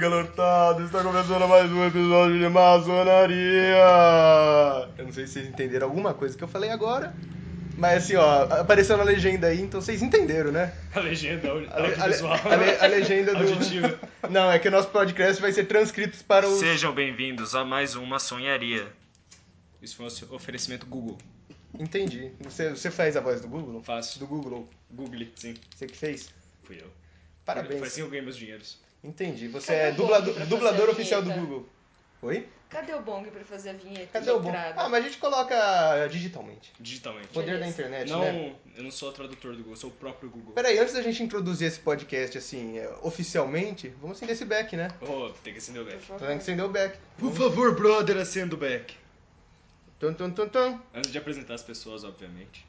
Galortada, está começando mais um episódio de Maçonaria! Eu não sei se vocês entenderam alguma coisa que eu falei agora, mas assim, ó, apareceu na legenda aí, então vocês entenderam, né? A legenda, o A, le- a, le- audiovisual. a le- a legenda do. Auditivo. Não, é que o nosso podcast vai ser transcrito para o. Sejam bem-vindos a mais uma sonharia. Isso foi um oferecimento Google. Entendi. Você, você faz a voz do Google? Faço. Do Google. Google, sim. Você que fez? Fui eu. Foi Parabéns. assim que eu ganhei meus dinheiros. Entendi. Você Cadê é o Google dublado- pra fazer dublador a oficial do vinheta? Google. Oi? Cadê o Bong pra fazer a vinheta? Cadê o bom? letrada? Ah, mas a gente coloca digitalmente. Digitalmente. Poder da Beleza. internet, não, né? eu não sou o tradutor do Google, eu sou o próprio Google. Peraí, antes da gente introduzir esse podcast, assim, é, oficialmente, vamos acender esse back, né? Oh, tem que acender o Por back. Então favor. tem que acender o back. Por favor, brother, acenda o back. Tum, tum, tum, tum. Antes de apresentar as pessoas, obviamente.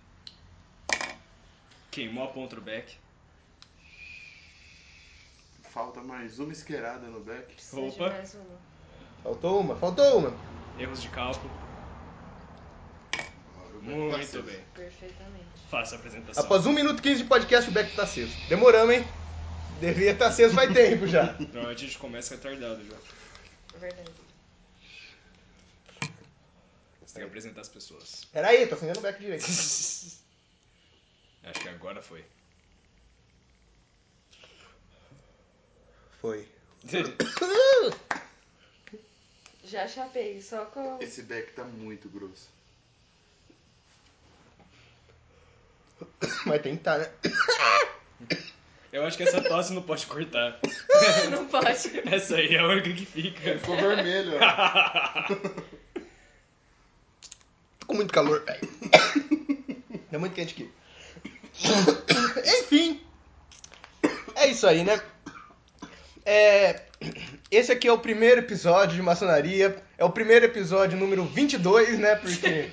Queimou a ponta do back. Falta mais uma esquerada no back. Precisa de Opa. mais um. uma. Faltou uma, faltou uma. Erros de cálculo. Muito bem. Perfeitamente. Faça a apresentação. Após 1 minuto e 15 de podcast, o back tá aceso. Demoramos, hein? Devia estar tá aceso faz tempo já. Normalmente Então, a gente começa retardado já. Você É verdade. tem que apresentar as pessoas. Peraí, tá acendendo o back direito. Acho que agora foi. Foi. Já chapei, só com. Esse back tá muito grosso. Mas tem que tá, né? Eu acho que essa tosse não pode cortar. Não pode. Essa aí é a única que fica. Ficou vermelho, ó. Tô com muito calor, velho. Tá muito quente aqui. Enfim. É isso aí, né? É, esse aqui é o primeiro episódio de maçonaria. É o primeiro episódio número 22, né? Porque.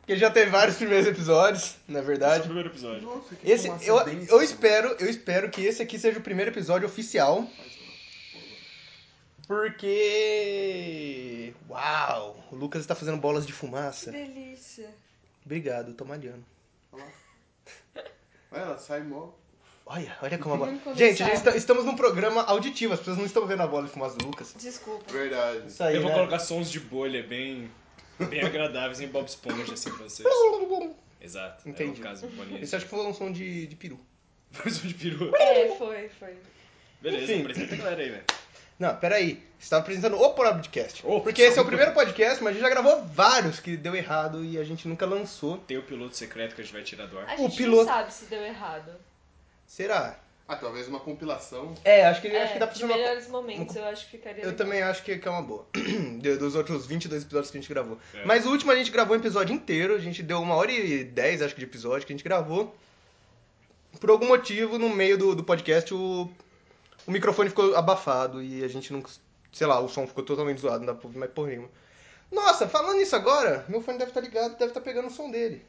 Porque já teve vários primeiros episódios, na Esse é o verdade. primeiro episódio. Nossa, que Esse, fumaça eu, densa, eu mano. espero, eu espero que esse aqui seja o primeiro episódio oficial. Porque. Uau! O Lucas está fazendo bolas de Que fumaça. delícia. Obrigado, tô malhando. Olha, ela sai mó. Olha, olha como a bola. Vamos começar. Gente, já esta- estamos num programa auditivo, as pessoas não estão vendo a bola de fumaça do Lucas. Desculpa. Verdade. Isso aí, Eu vou né? colocar sons de bolha bem, bem agradáveis em Bob Esponja, assim, pra vocês. Exato. Entendi. É um caso bonito. Isso acho que foi um som de, de peru. Foi som de peru. É, foi, foi. Beleza, Enfim. apresenta a galera aí, velho. Não, peraí. Você estava apresentando o podcast. Oh, porque esse é o desculpa. primeiro podcast, mas a gente já gravou vários que deu errado e a gente nunca lançou. Tem o piloto secreto que a gente vai tirar do ar. A O gente piloto- não sabe se deu errado. Será? Ah, talvez uma compilação. É, acho que, É, acho que dá pra de fazer uma. melhores momentos, eu acho que ficaria. Eu legal. também acho que, que é uma boa. De- Dos outros 22 episódios que a gente gravou. É. Mas o último a gente gravou um episódio inteiro. A gente deu uma hora e dez, acho que, de episódio que a gente gravou. Por algum motivo, no meio do, do podcast, o, o microfone ficou abafado e a gente não... cons- Sei lá, o som ficou totalmente zoado, não dá pra ouvir mais porra nenhuma. Nossa, falando isso agora, meu fone deve estar ligado, deve estar pegando o som dele.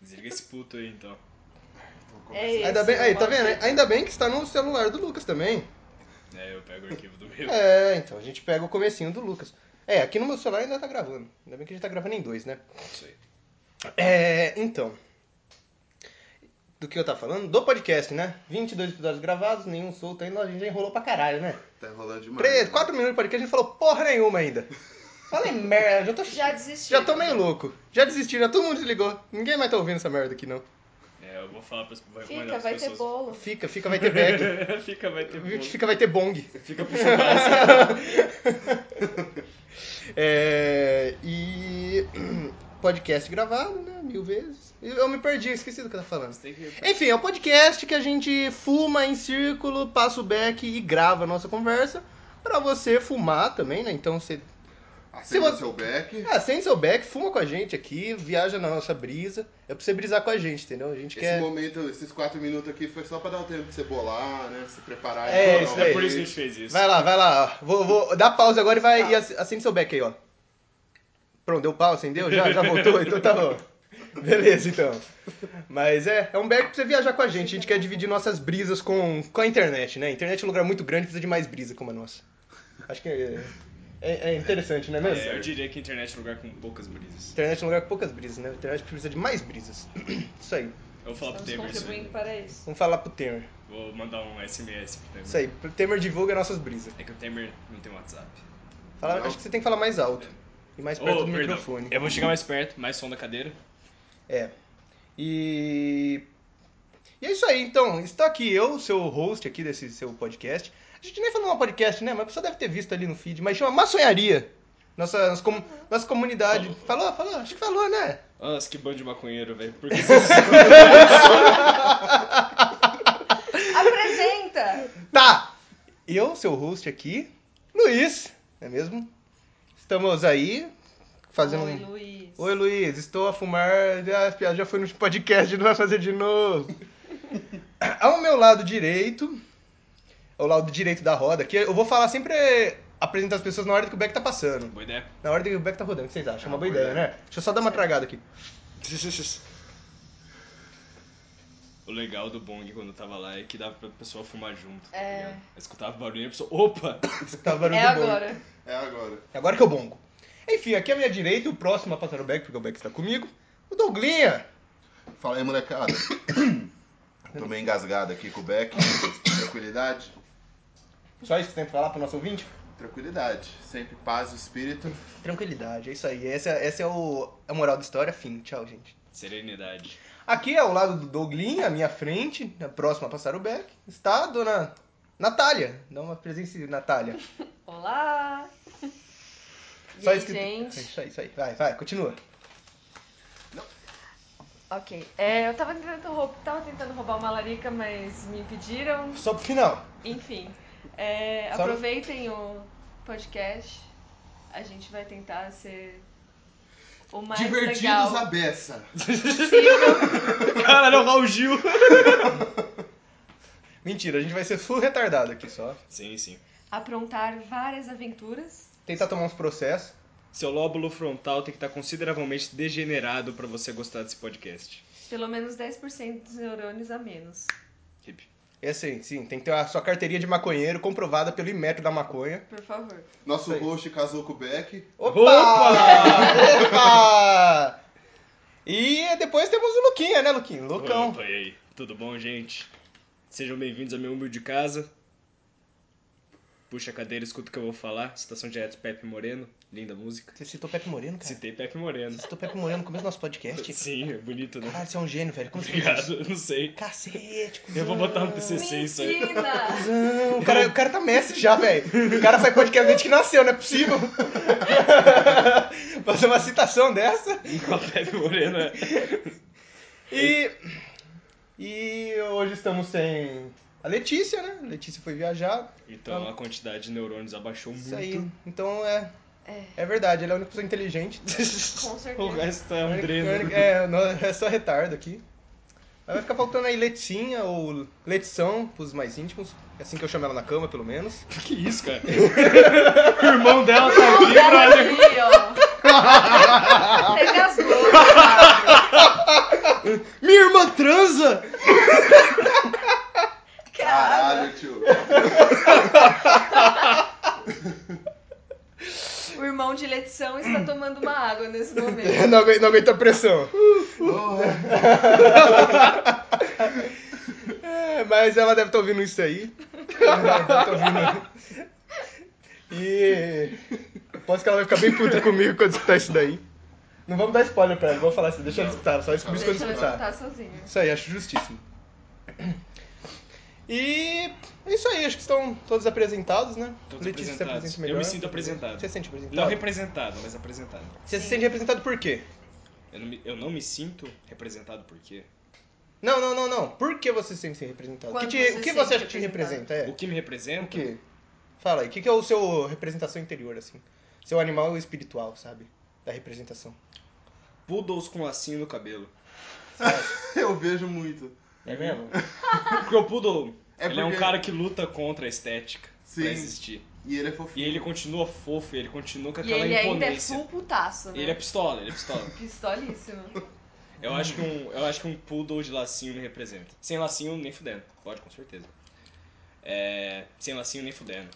Desliga esse puto aí, então. Então, É começa. esse. Ainda bem, aí, tá uma- vendo? Ainda bem que está no celular do Lucas também. É, eu pego o arquivo do meu. É, então a gente pega o comecinho do Lucas. É, aqui no meu celular ainda tá gravando. Ainda bem que a gente tá gravando em dois, né? Isso aí. É, então. Do que eu tava falando? Do podcast, né? 22 episódios gravados, nenhum solto ainda, a gente já enrolou pra caralho, né? Tá enrolando demais. Três, né? quatro minutos de podcast, a gente falou porra nenhuma ainda. Falei merda, já tô, Já desisti. já tô meio louco. Já desisti, já todo mundo desligou. Ninguém mais tá ouvindo essa merda aqui, não. É, eu vou falar pras vou recomendar Fica, pras vai ter pessoas. bolo. Fica, fica, vai ter back. Fica, vai ter bolo. Fica, vai ter bong. Fica por fumaça. É, e podcast gravado, né? Mil vezes. Eu me perdi, eu esqueci do que eu tava falando. Você tem que- Enfim, é um podcast que a gente fuma em círculo, passa o beck e grava a nossa conversa. Pra você fumar também, né? Então você Acenda Se você- seu back. ah, acende seu beck, fuma com a gente aqui, viaja na nossa brisa. É pra você brisar com a gente, entendeu? A gente Esse quer. momento, esses quatro minutos aqui foi só pra dar o tempo de você bolar, né? Se preparar. É, e isso bolar daí. É um por isso que a jeito. gente fez isso. Vai lá, vai lá. ó. Vou, vou dar pausa agora e vai e ac- acende seu beck aí, ó. Pronto, deu pau, acendeu? Já, já voltou? Então tá bom. Beleza, então. Mas é, é um beck pra você viajar com a gente. A gente quer dividir nossas brisas com, com a internet, né? A internet é um lugar muito grande, precisa de mais brisa como a nossa. Acho que é, é- é interessante, né mesmo? É, eu diria que a internet é um lugar com poucas brisas. Internet é um lugar com poucas brisas, né? A internet precisa de mais brisas. Isso aí. Eu vou falar pro Estamos Temer isso contribuindo aí. para isso. Vamos falar pro Temer. Vou mandar um SMS pro Temer. Isso aí, pro Temer divulga nossas brisas. É que o Temer não tem WhatsApp. Fala- Não. acho que você tem que falar mais alto. E mais perto do Ô, perdão. É microfone. Eu vou chegar mais perto, mais som da cadeira. É. E. E é isso aí, então. Estou aqui eu, seu host aqui desse seu podcast. A gente nem falou um podcast, né? Mas a pessoa deve ter visto ali no feed, mas chama Maçonharia. Nossa, nossa, com- nossa comunidade. Falou, falou, acho que falou, né? Nossa, que bando de maconheiro, velho. Por que vocês... Apresenta! Tá! Eu, seu host aqui, Luiz, não é mesmo? Estamos aí fazendo. Oi, um- Luiz. Oi, Luiz, estou a fumar. Ah, as piadas já foi no podcast, não vai fazer de novo. Ao meu lado direito, ao lado direito da roda, que eu vou falar sempre eh, apresentar as pessoas na hora que o Beck tá passando. Boa ideia. Na hora que o Beck tá rodando, o que vocês acham? É uma Ah, boa boa ideia, ideia. né? Deixa eu só dar uma tragada aqui. O legal do bong quando eu tava lá é que dava pra pessoa fumar junto. tá É. ligado? Eu escutava barulho e a pessoa, opa! Tá o barulho É do bongo. agora. É agora. É agora que eu bongo. Enfim, aqui à minha direita, o próximo a passar o Beck, porque o Beck está comigo, o Douglinha. Fala aí, molecada. Tô meio engasgado aqui com o Beck. Tranquilidade? Só isso que você tem pra falar pro nosso ouvinte? Tranquilidade. Sempre paz e espírito. Tranquilidade, é isso aí. Essa, essa é o, a moral da história. Fim. Tchau, gente. Serenidade. Aqui ao lado do Douglin, à minha frente, na próxima a passar o Beck, está a dona Natália. Dá uma presença de Natália. Olá! E aí, que- gente? É Isso aí, isso aí. Vai, vai, continua. Ok. É, eu tava tentando, roub- tava tentando roubar uma larica, mas me impediram. Só pro final. Enfim, é, Só- aproveitem o podcast. A gente vai tentar ser o mais Divertidos legal a beça. possível. Caralho, o Raul Gil! Mentira, a gente vai ser full retardado aqui só. Sim, sim. aprontar várias aventuras. Tentar tomar uns processos. Seu lóbulo frontal tem que estar consideravelmente degenerado pra você gostar desse podcast. Pelo menos 10% dos neurônios a menos. Hip. É assim, sim, tem que ter a sua carteirinha de maconheiro comprovada pelo Inmetro da maconha. Por favor. Nosso Isso aí. host casou com o Beck. Opa! Opa! E depois temos o Luquinha, né, Luquinho? Lucão. Opa, e aí? Tudo bom, gente? Sejam bem-vindos ao meu humilde casa. Puxa a cadeira, escuta o que eu vou falar. Citação direto Pepe Moreno. Linda música. Você citou Pepe Moreno, cara? tipo- Citei Pepe Moreno. Você citou Pepe Moreno no começo do nosso podcast? Sim, é bonito, né? Caralho, você é um gênio, velho. Como você fez isso? Obrigado, eu não sei. Cacete, cuzão. Eu vou botar um TCC isso aí. Mentira! Não, o cara, o cara tá mestre já, velho. O cara faz podcast desde que nasceu, não é possível. Fazer uma citação dessa. Com a Pepe Moreno. é. E. E hoje estamos sem a Letícia, né? A Letícia foi viajar. Então a quantidade de neurônios abaixou muito. Isso aí. Então é. É. É verdade, ela é a única pessoa inteligente. Com certeza. O resto é A um única- a dreno. única- É, não- é só retardo aqui. Mas vai ficar faltando aí Letinha ou Letição pros mais íntimos. É assim que eu chamo ela na cama, pelo menos. Que isso, cara? o irmão dela tá aqui, brother. Aqui, ó. Até gasgou, cara. Minha irmã transa! Cara, Caralho, tio. o irmão de Letição está tomando uma água nesse momento. É, Não aguenta, não aguenta a pressão. Porra. É, mas ela deve estar ouvindo isso aí. Ela deve tá ouvindo. E. Aposto que ela vai ficar bem puta comigo quando escutar isso daí. Não vamos dar spoiler pra ela, vamos falar assim, deixa ela escutar, só escuta isso quando Deixa eu escutar. escutar sozinho. Isso aí, acho justíssimo. E é isso aí, acho que estão todos apresentados, né? Todos Letícia se apresentados. apresenta melhor. Eu me sinto apresentado. Você se sente Não apresentado? representado, mas apresentado. Você se sente representado por quê? Eu não me, eu não me sinto representado por quê? Não, não, não, não. Por que você se sente representado? O que Quando te- você o que se você sente acha que te representa? representado? É. O que me O representa? que? Fala aí, o que, que é o seu representação interior, assim? Seu animal espiritual, sabe? Da representação. Poodles com lacinho no cabelo. Eu vejo muito. É mesmo? Porque o Poodle, É ele é um porque- cara que luta contra a estética Sim. pra existir. E ele é fofinho. E ele continua fofo, e ele continua com E aquela ele ainda é imponência. full putaço, né? ele é pistola, ele é pistola. Pistolíssimo. Eu acho que um, eu acho que um poodle de lacinho me representa. Sem lacinho, nem fudendo. Pode, com certeza. É, sem lacinho, nem fudendo.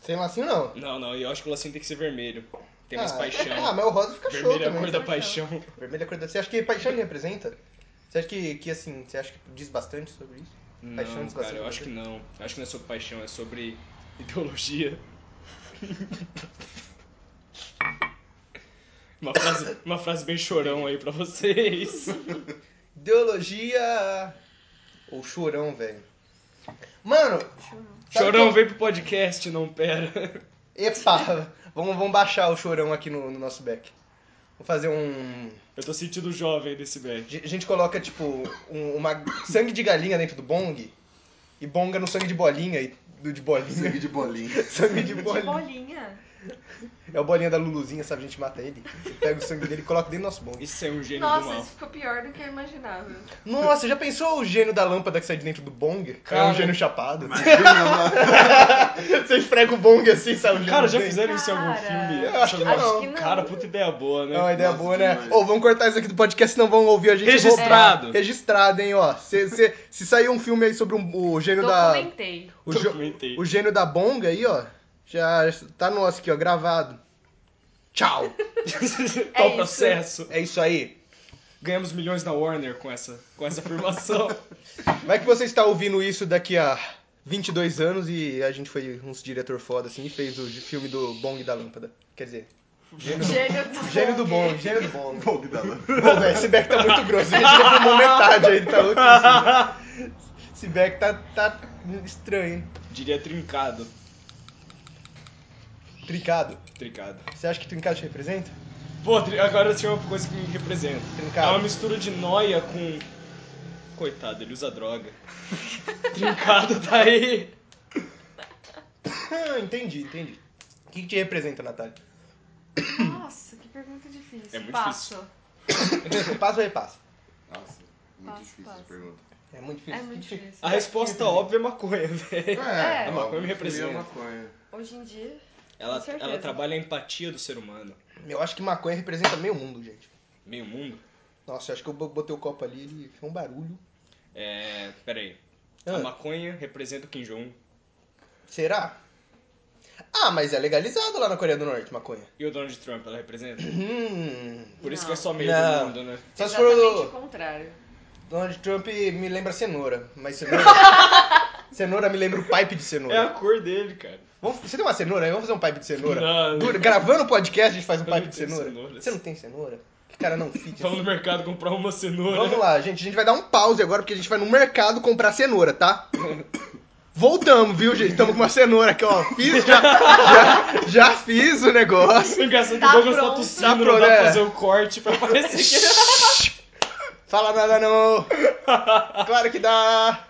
Sem lacinho, não. Não, não, e eu acho que o lacinho tem que ser vermelho. Tem mais ah, paixão. Ah, mas o rosa fica show vermelho é a também. cor da Paixão. paixão. Vermelho é a cor da... Você acha que paixão ele representa? Você acha que, que assim, você acha que diz bastante sobre isso? Paixão Não, dos cara, eu bastidores. acho que não. Eu acho que não é sobre paixão, é sobre ideologia. uma, frase, uma frase bem chorão aí pra vocês. Tá Ideologia ou chorão, velho. Mano, sabe Chorão, que eu- vem pro podcast, não pera. Epa, vamos, vamos baixar o chorão aqui no, no nosso back. Vou fazer um. Eu tô sentindo jovem nesse back. A gente coloca, tipo, um- uma sangue de galinha dentro do bong e bonga no sangue de bolinha e do de bolinha. Sangue de bolinha. Sangue de Que bolinha. bolinha. É o bolinha da Luluzinha, sabe? A gente mata ele. Pega o sangue dele e coloca dentro do nosso bong. Isso é um gênio do Nossa, mal. isso ficou pior do que eu imaginava. Nossa, já pensou o gênio da lâmpada que sai de dentro do bong? é um Cara. gênio chapado. Imagina, mano. Você esfrega o bong assim, sai o gênio. Cara, já dentro. fizeram isso em algum é Cara, filme? eu acho que Chamado- não. Acho que não. Cara, puta ideia boa, né? É uma ideia Nossa, boa, né? demais. Ô, vamos cortar isso aqui do podcast, senão vão ouvir a gente Registrado. roubar. Registrado, hein, ó. Se, se, se sair um filme aí sobre um- o gênio da... Documentei. O, jo- Documentei. o gênio da bonga aí, ó. Já tá nosso aqui, ó, gravado. Tchau. Tal isso. processo. É isso aí. Ganhamos milhões na Warner com essa, com essa afirmação. Vai que você está ouvindo isso daqui a 22 anos e a gente foi uns diretor foda, assim, e fez o filme do bong da lâmpada. Quer dizer, Gênio do gênio do bong, gênio do bong. Bong da lâmpada. Pô, velho, esse back tá muito grosso. A gente já filmou metade aí, tá louco? Esse back tá, tá estranho, hein? Diria trincado. Trincado. Trincado. Você acha que trincado te representa? Pô, tri- agora tinha uma coisa que me representa. Trincado. É uma mistura de noia com. Coitado, ele usa droga. Trincado tá aí. Ah, entendi, entendi. O que, que te representa, Natália? Nossa, que pergunta difícil. É muito Passo. Passo ou repasso? Nossa, muito Passa, difícil passa. essa pergunta. É muito difícil. É muito difícil. A resposta óbvia é maconha, velho. É. ó, A maconha me eu queria representa. maconha. Hoje em dia, Ela, Com certeza. ela trabalha a empatia do ser humano. Eu acho que maconha representa meio mundo, gente. Meio mundo. Nossa, eu acho que eu botei o copo ali ele fez um barulho. É. Pera aí. Ah. A maconha representa o Kim Jong Será? Ah, mas é legalizado lá na Coreia do Norte, maconha. e o Donald Trump, ela representa? Hum. Por isso Não. que é só meio Não. do mundo, né? Só se for exatamente o o contrário. Donald Trump me lembra cenoura, mas cenoura. cenoura me lembra o pipe de É a cenoura. cor dele, cara. Vamos- você tem uma cenoura aí? Vamos fazer um pipe de cenoura? Não, né? Dura- gravando o podcast, a gente faz um Eu não pipe de tenho cenoura. cenoura. Você não tem cenoura? Que cara não fit. Vamos no mercado comprar uma cenoura. Vamos lá, gente. A gente vai dar um pause agora, porque a gente vai no mercado comprar cenoura, tá? Voltamos, viu, gente? Estamos com uma cenoura aqui, ó. Fiz, já, já, já fiz o negócio. Engraçado que Tá o Douglas tá pronto. tossindo, Tá não pronto, dá pra é. fazer o corte pra parecer que... Fala nada não. Claro que dá.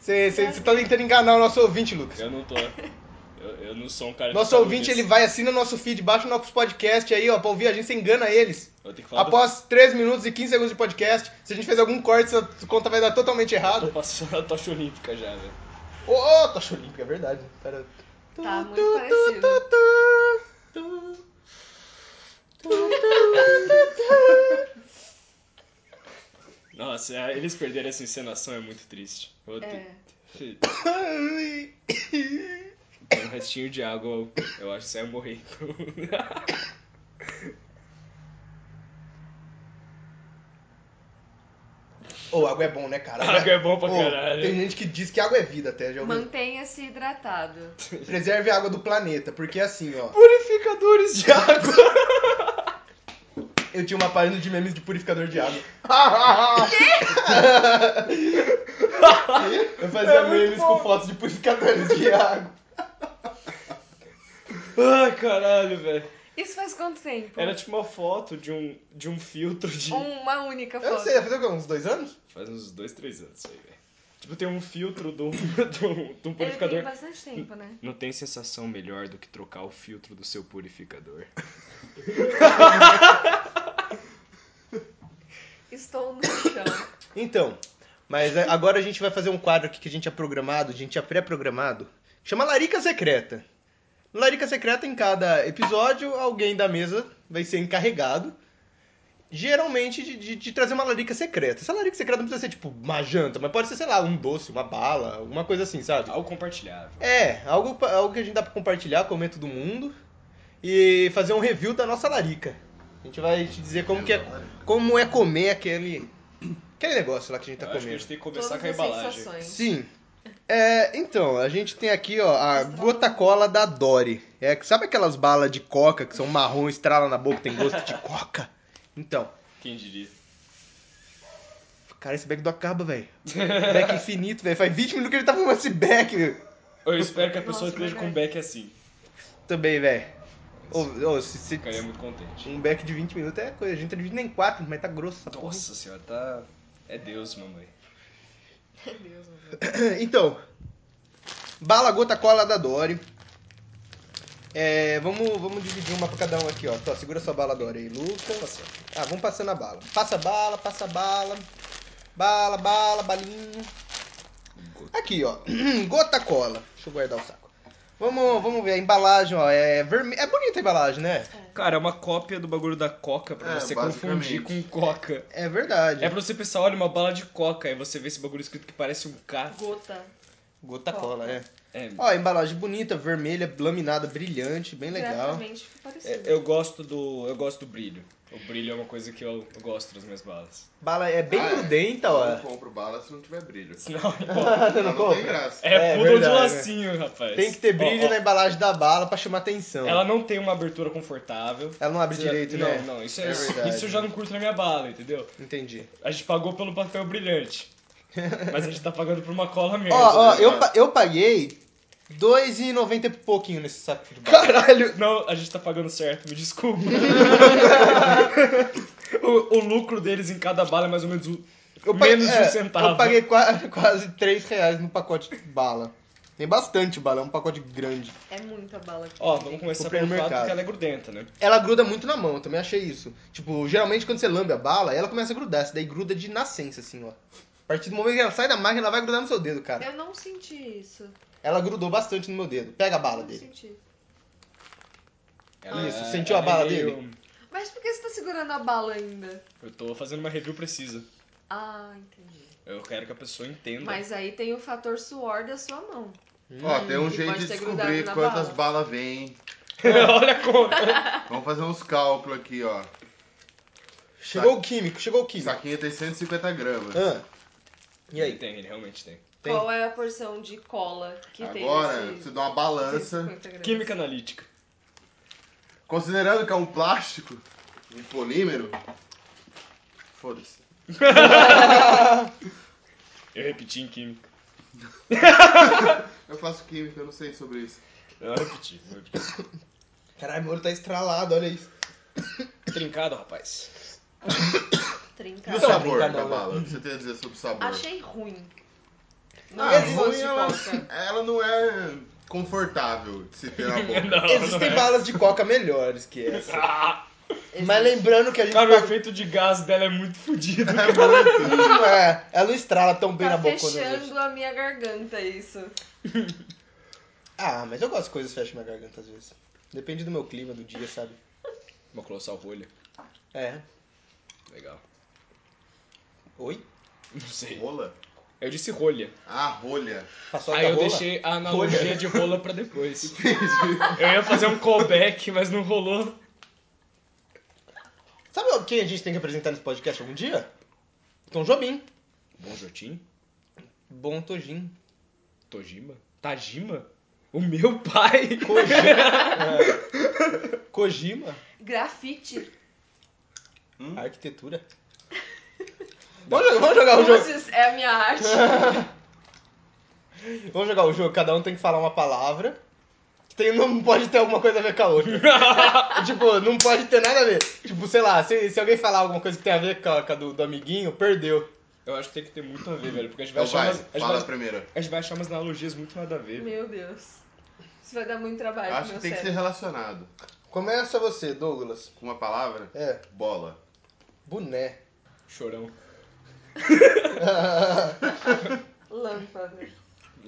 Você tá tentando enganar o nosso ouvinte, Lucas. Eu não tô. Eu, eu não sou um cara. Nosso ditador ouvinte, desse. ele vai, assina nosso feed, baixa o nosso podcast aí, ó, pra ouvir a gente, você engana eles. Eu tenho que falar. Após 3 minutos e 15 segundos de podcast, se a gente fez algum corte, essa conta vai dar totalmente Do... errada. Tô passando a tocha olímpica já, velho. Ô, oh, tocha olímpica, é verdade. Pera. Tá muito parecido. tu, tu, tu, tu, tu. Nossa, é- eles perderam essa encenação, é muito triste. Eu vou ter- É. Ai. Tem um restinho de água, eu acho que você ia morrer. Ô, água é bom, né, cara? água é bom pra Ô, caralho. Tem gente que diz que água é vida até, já ouviu? Mantenha-se hidratado. Preserve a água do planeta, porque assim, ó. Purificadores de água. Eu tinha uma página de memes de purificador de água. Eu fazia É muito memes bom. com fotos de purificadores de água. Ai, caralho, velho. Isso faz quanto tempo? Era tipo uma foto de um, de um filtro de. Uma única Eu não foto. sei, ia fazer o quê? Uns dois anos? Faz uns dois, três anos isso aí, velho. Tipo, tem um filtro do, do, do Ele tem purificador. bastante tempo, né? Não tem sensação melhor do que trocar o filtro do seu purificador. Estou no chão. Então, mas é, agora a gente vai fazer um quadro aqui que a gente tinha programado, a gente tinha pré-programado, que chama Larica Secreta. No Larica Secreta, em cada episódio, alguém da mesa vai ser encarregado, geralmente, de, de- de trazer uma larica secreta. Essa larica secreta não precisa ser, tipo, uma janta, mas pode ser, sei lá, um doce, uma bala, alguma coisa assim, sabe? Algo compartilhável. É, algo, pa- algo que a gente dá pra compartilhar, comer todo mundo, e fazer um review da nossa larica. A gente vai te dizer como, que é, Exatamente. como é comer aquele, aquele negócio lá que a gente tá Eu acho que a comendo. gente tem que Todas começar as com a embalagem. sensações. Sim. É, então, a gente tem aqui, ó, a gota cola da Dory. É, que- sabe aquelas balas de coca que são marrom, estrala na boca, tem gosto de coca? Então, Quem diria? cara, esse beck do acaba, velho. Beck infinito, velho. Faz 20 minutos que ele tá fumando esse beck, meu. Eu espero que a pessoa Nossa, é esteja com verdade. um back assim. Também, velho. Ô, ô, se, se- Ficaria muito contente. um beck de 20 minutos é coisa, a gente não divide nem 4, mas tá grosso essa porra. Nossa senhora, tá. É Deus, mamãe. Meu Deus, meu Deus. Então, bala gota cola da Dory. É, vamos, vamos dividir uma pra cada um aqui, ó. Então, segura sua bala Dory aí, Lucas. Ah, vamos passando a bala. Passa a bala, passa a bala. Bala, bala, balinha. Aqui, ó. Gota cola. Deixa eu guardar o saco. Vamos, vamos ver a embalagem, ó. É, verme... é bonita a embalagem, né? Cara, é uma cópia do bagulho da Coca pra É, você basicamente. confundir com Coca. É verdade. É pra você pensar, olha, uma bala de Coca, aí você vê esse bagulho escrito que parece um K. Gota. Gota cola, é. É, Ó, a embalagem bonita, vermelha, laminada, brilhante, bem legal. Graficamente ficou parecido. é, eu gosto do. Eu gosto do brilho. O brilho é uma coisa que eu, eu gosto das minhas balas. Bala é bem Ah, é. grudenta, Eu ó. não compro bala se não tiver brilho. Senão, Você não Não tem compra? graça. é, É poodle de verdade, né? lacinho, rapaz. Tem que ter brilho né? Ó, ó, na embalagem da bala pra chamar atenção. Ela não tem uma abertura confortável. Ela não abre direito, não, né? é- Não, não, isso, É é isso, verdade. isso eu já não curto na minha bala, entendeu? Entendi. A gente pagou pelo papel brilhante. Mas a gente tá pagando por uma cola merda. Ó, ó, né? eu, pa- eu paguei 2,90 e pouquinho nesse saco de bala. Caralho! Não, a gente tá pagando certo, me desculpa. o, o lucro deles em cada bala é mais ou menos o Eu paguei, menos de é, um centavo. Eu paguei qua- quase 3 reais no pacote de bala. Tem bastante bala, é um pacote grande. É muita bala aqui. Ó, vamos começar Comprei pelo no fato mercado. que ela é grudenta, né? Ela gruda muito na mão, eu também achei isso. Tipo, geralmente quando você lambe a bala, ela começa a grudar. Isso daí gruda de nascença, assim, ó. A partir do momento que ela sai da máquina, ela vai grudar no seu dedo, cara. Eu não senti isso. Ela grudou bastante no meu dedo. Pega a bala não dele. senti. Ela- Isso, sentiu ela a bala é meio- Mas por que você tá segurando a bala ainda? Eu tô fazendo uma review precisa. Ah, entendi. Eu quero que a pessoa entenda. Mas aí tem o fator suor da sua mão. Ó, tem um E jeito Hum, pode de ter grudado descobrir na quantas bala. balas vêm. Olha a conta. Vamos fazer uns cálculos aqui, ó. Chegou o químico, chegou o O químico. saquinho tem 150 gramas. Ah. E aí? Tem, ele realmente tem. Tem. Qual é a porção de cola que tem Agora, nesse- você dá uma balança. 250 gramas? Química analítica. Considerando que é um plástico, um polímero. Foda-se. Eu repeti em química. Eu faço química, eu não sei sobre isso. Eu repeti, eu repeti. Caralho, meu olho tá estralado, olha isso. Trincado, rapaz. E o Tá. Trincada. Então- sabor cada da um. bala? O que você tem a dizer sobre o sabor? Achei ruim. Não Ah, é ruim, gosto de ela, coca. ela não é confortável de se ter na boca. Existem é. balas de coca melhores que essa. tá Ah, Mas lembrando que a gente cara, o tá... efeito de gás dela é muito fodido. Hum, é, ela não estrala tão bem na Tá boca quando eu vejo. fechando a minha garganta isso. Ah, mas eu gosto de coisas que fecham minha garganta às vezes. Depende do meu clima, do dia, sabe? Uma colossal rolha. É. Legal. Oi? Não sei. Rola? Eu disse rolha. Ah, rolha. Passou Aí eu rola? deixei a analogia de rola pra depois. eu ia fazer um callback, mas não rolou. Sabe quem a gente tem que apresentar nesse podcast algum dia? Tom Jobim. Bom Jotim? Bom Tojim. Tojima? Tajima? O meu pai? Kojima. Grafite. Arquitetura. Vamos jogar, vamos jogar o jogo. Luzes é a minha arte. Vamos jogar o jogo, cada um tem que falar uma palavra. que Tem, não pode ter alguma coisa a ver com a outra. tipo, não pode ter nada a ver. Tipo, sei lá, se, se alguém falar alguma coisa que tem a ver com a, com a do, do amiguinho, perdeu. Eu acho que tem que ter muito a ver, velho, porque a gente vai Então achar vai, umas, a gente fala vai- primeiro. a gente vai achar umas analogias muito nada a ver. Meu Deus. Isso vai dar muito trabalho Acho pro meu que tem que ser cérebro. relacionado. Começa você, Douglas. Com uma palavra? É, Bola. boné. Chorão. Lâmpada.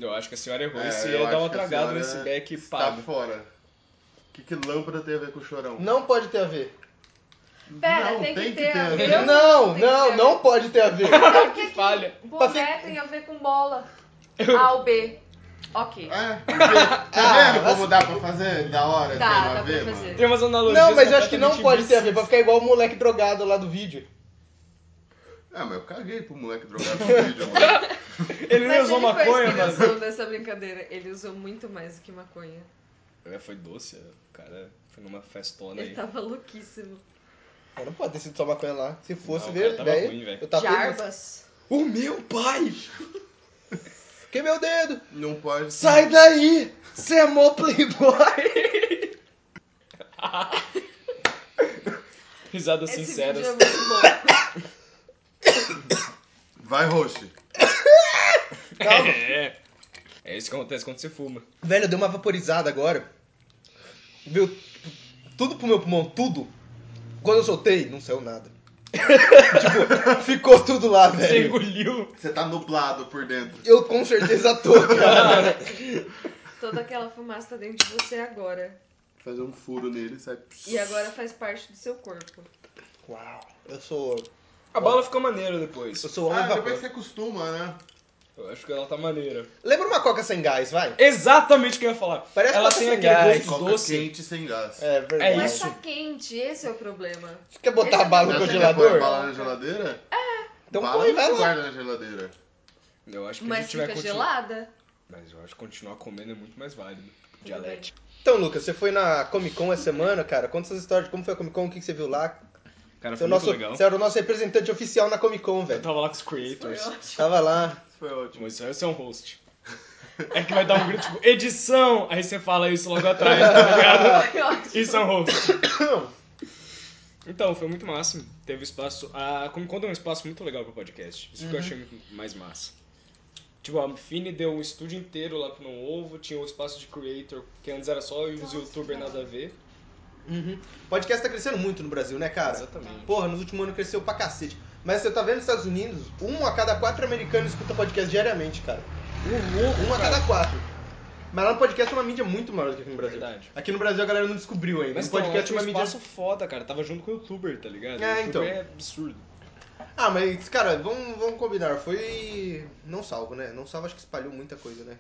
Eu acho que a senhora errou. É, Esse eu ia dar acho uma que a tragada senhora nesse back está pago. fora. O que, que lâmpada tem a ver com chorão? Não pode ter a ver. Pera, Não, tem, tem que que ter. ter a a ver. ver. Eu não, sei que não, tem não pode ter a ver. a ver. Por que que Falha. boné tem a ver com bola? A ou B. Ok. É, porque, tá vendo como dá pra fazer da hora? Dá, sem uma dá pra ver, mano? fazer. Tem umas analogias Não, mas eu acho que não é completamente pode ser a ver, imbecis. pra ficar igual o moleque drogado lá do vídeo. Ah, mas eu caguei pro moleque drogado no vídeo, mano. Ele nem Mas usou ele foi a maconha, mano. inspiração dessa brincadeira. Ele usou muito mais do que maconha. É, foi doce, o cara foi numa festona Ele aí. tava louquíssimo. Mas não pode ter sido só maconha lá. Se fosse, Não, ver, cara, tava daí, ruim, velho. eu tava feliz. Jarbas. O meu pai! Que meu dedo! Não pode. Sai daí! Você é mó playboy! Risadas Esse sinceras. vídeo é muito bom. Vai, Roxy. Calma. É. É isso que acontece quando você fuma. Velho, eu dei uma vaporizada agora. Deu tudo pro meu pulmão, tudo. Quando eu soltei, não saiu nada. tipo, ficou tudo lá, Você velho. engoliu. Você tá nublado por dentro. Eu com certeza tô, cara. Toda aquela fumaça tá dentro de você agora. Fazer um furo nele, sai. Ah, E agora faz parte do seu corpo. Uau, eu sou. A bala ficou maneira depois. Eu sou homem Ah, vapor. depois você acostuma, né? Eu acho que ela tá maneira. Lembra uma coca sem gás, vai? Exatamente o que eu ia falar. Parece ela que tá tem sem aquele gás. gosto Coca doce. quente sem gás. É É verdade. Mas isso. tá quente, esse é o problema. Quer botar a bala no Já que congelador? Põe bala na geladeira? É. Então bala põe, não vai se lá. guarda na geladeira. Eu acho que a Mas gente vai fica continuar. gelada. Mas eu acho que continuar comendo é muito mais válido. Dialético. Então, Lucas, você foi na Comic Con essa semana, cara. Conta essas histórias de como foi a Comic Con, o que que você viu lá. Cara, Você, é foi o muito nosso, é- legal. você era o nosso representante oficial na Comic Con, Eu velho. tava lá com os Foi creators. ótimo. Tava lá. Isso foi ótimo. Mas você é um host. É que vai dar um grito tipo, edição! Aí você fala isso logo atrás, tá ligado? Foi ótimo. Isso é um host. Então, foi muito massa. Teve espaço. A Comic Con deu um espaço muito legal pro podcast. Isso Uhum. que eu achei muito mais massa. Tipo, a Fini deu um estúdio inteiro lá pro No Ovo, tinha o espaço de creator, que antes era só os Nossa, youtubers cara. nada a ver. Uhum. Podcast tá crescendo muito no Brasil, né, cara? Exatamente. Porra, nos últimos anos cresceu pra cacete. Mas você tá vendo nos Estados Unidos, um a cada quatro americanos escuta podcast diariamente, cara. Uhum, Um a cada quatro. Mas lá no podcast é uma mídia muito maior do que aqui no Brasil. Verdade. Aqui no Brasil a galera não descobriu ainda. Mas no então, podcast podcast é uma um mídia. espaço foda, cara. Tava junto com o youtuber, tá ligado? É, o youtuber então. é absurdo. Ah, mas, cara, vamos, vamos combinar. Foi. Não salvo, né? Não salvo, acho que espalhou muita coisa, né?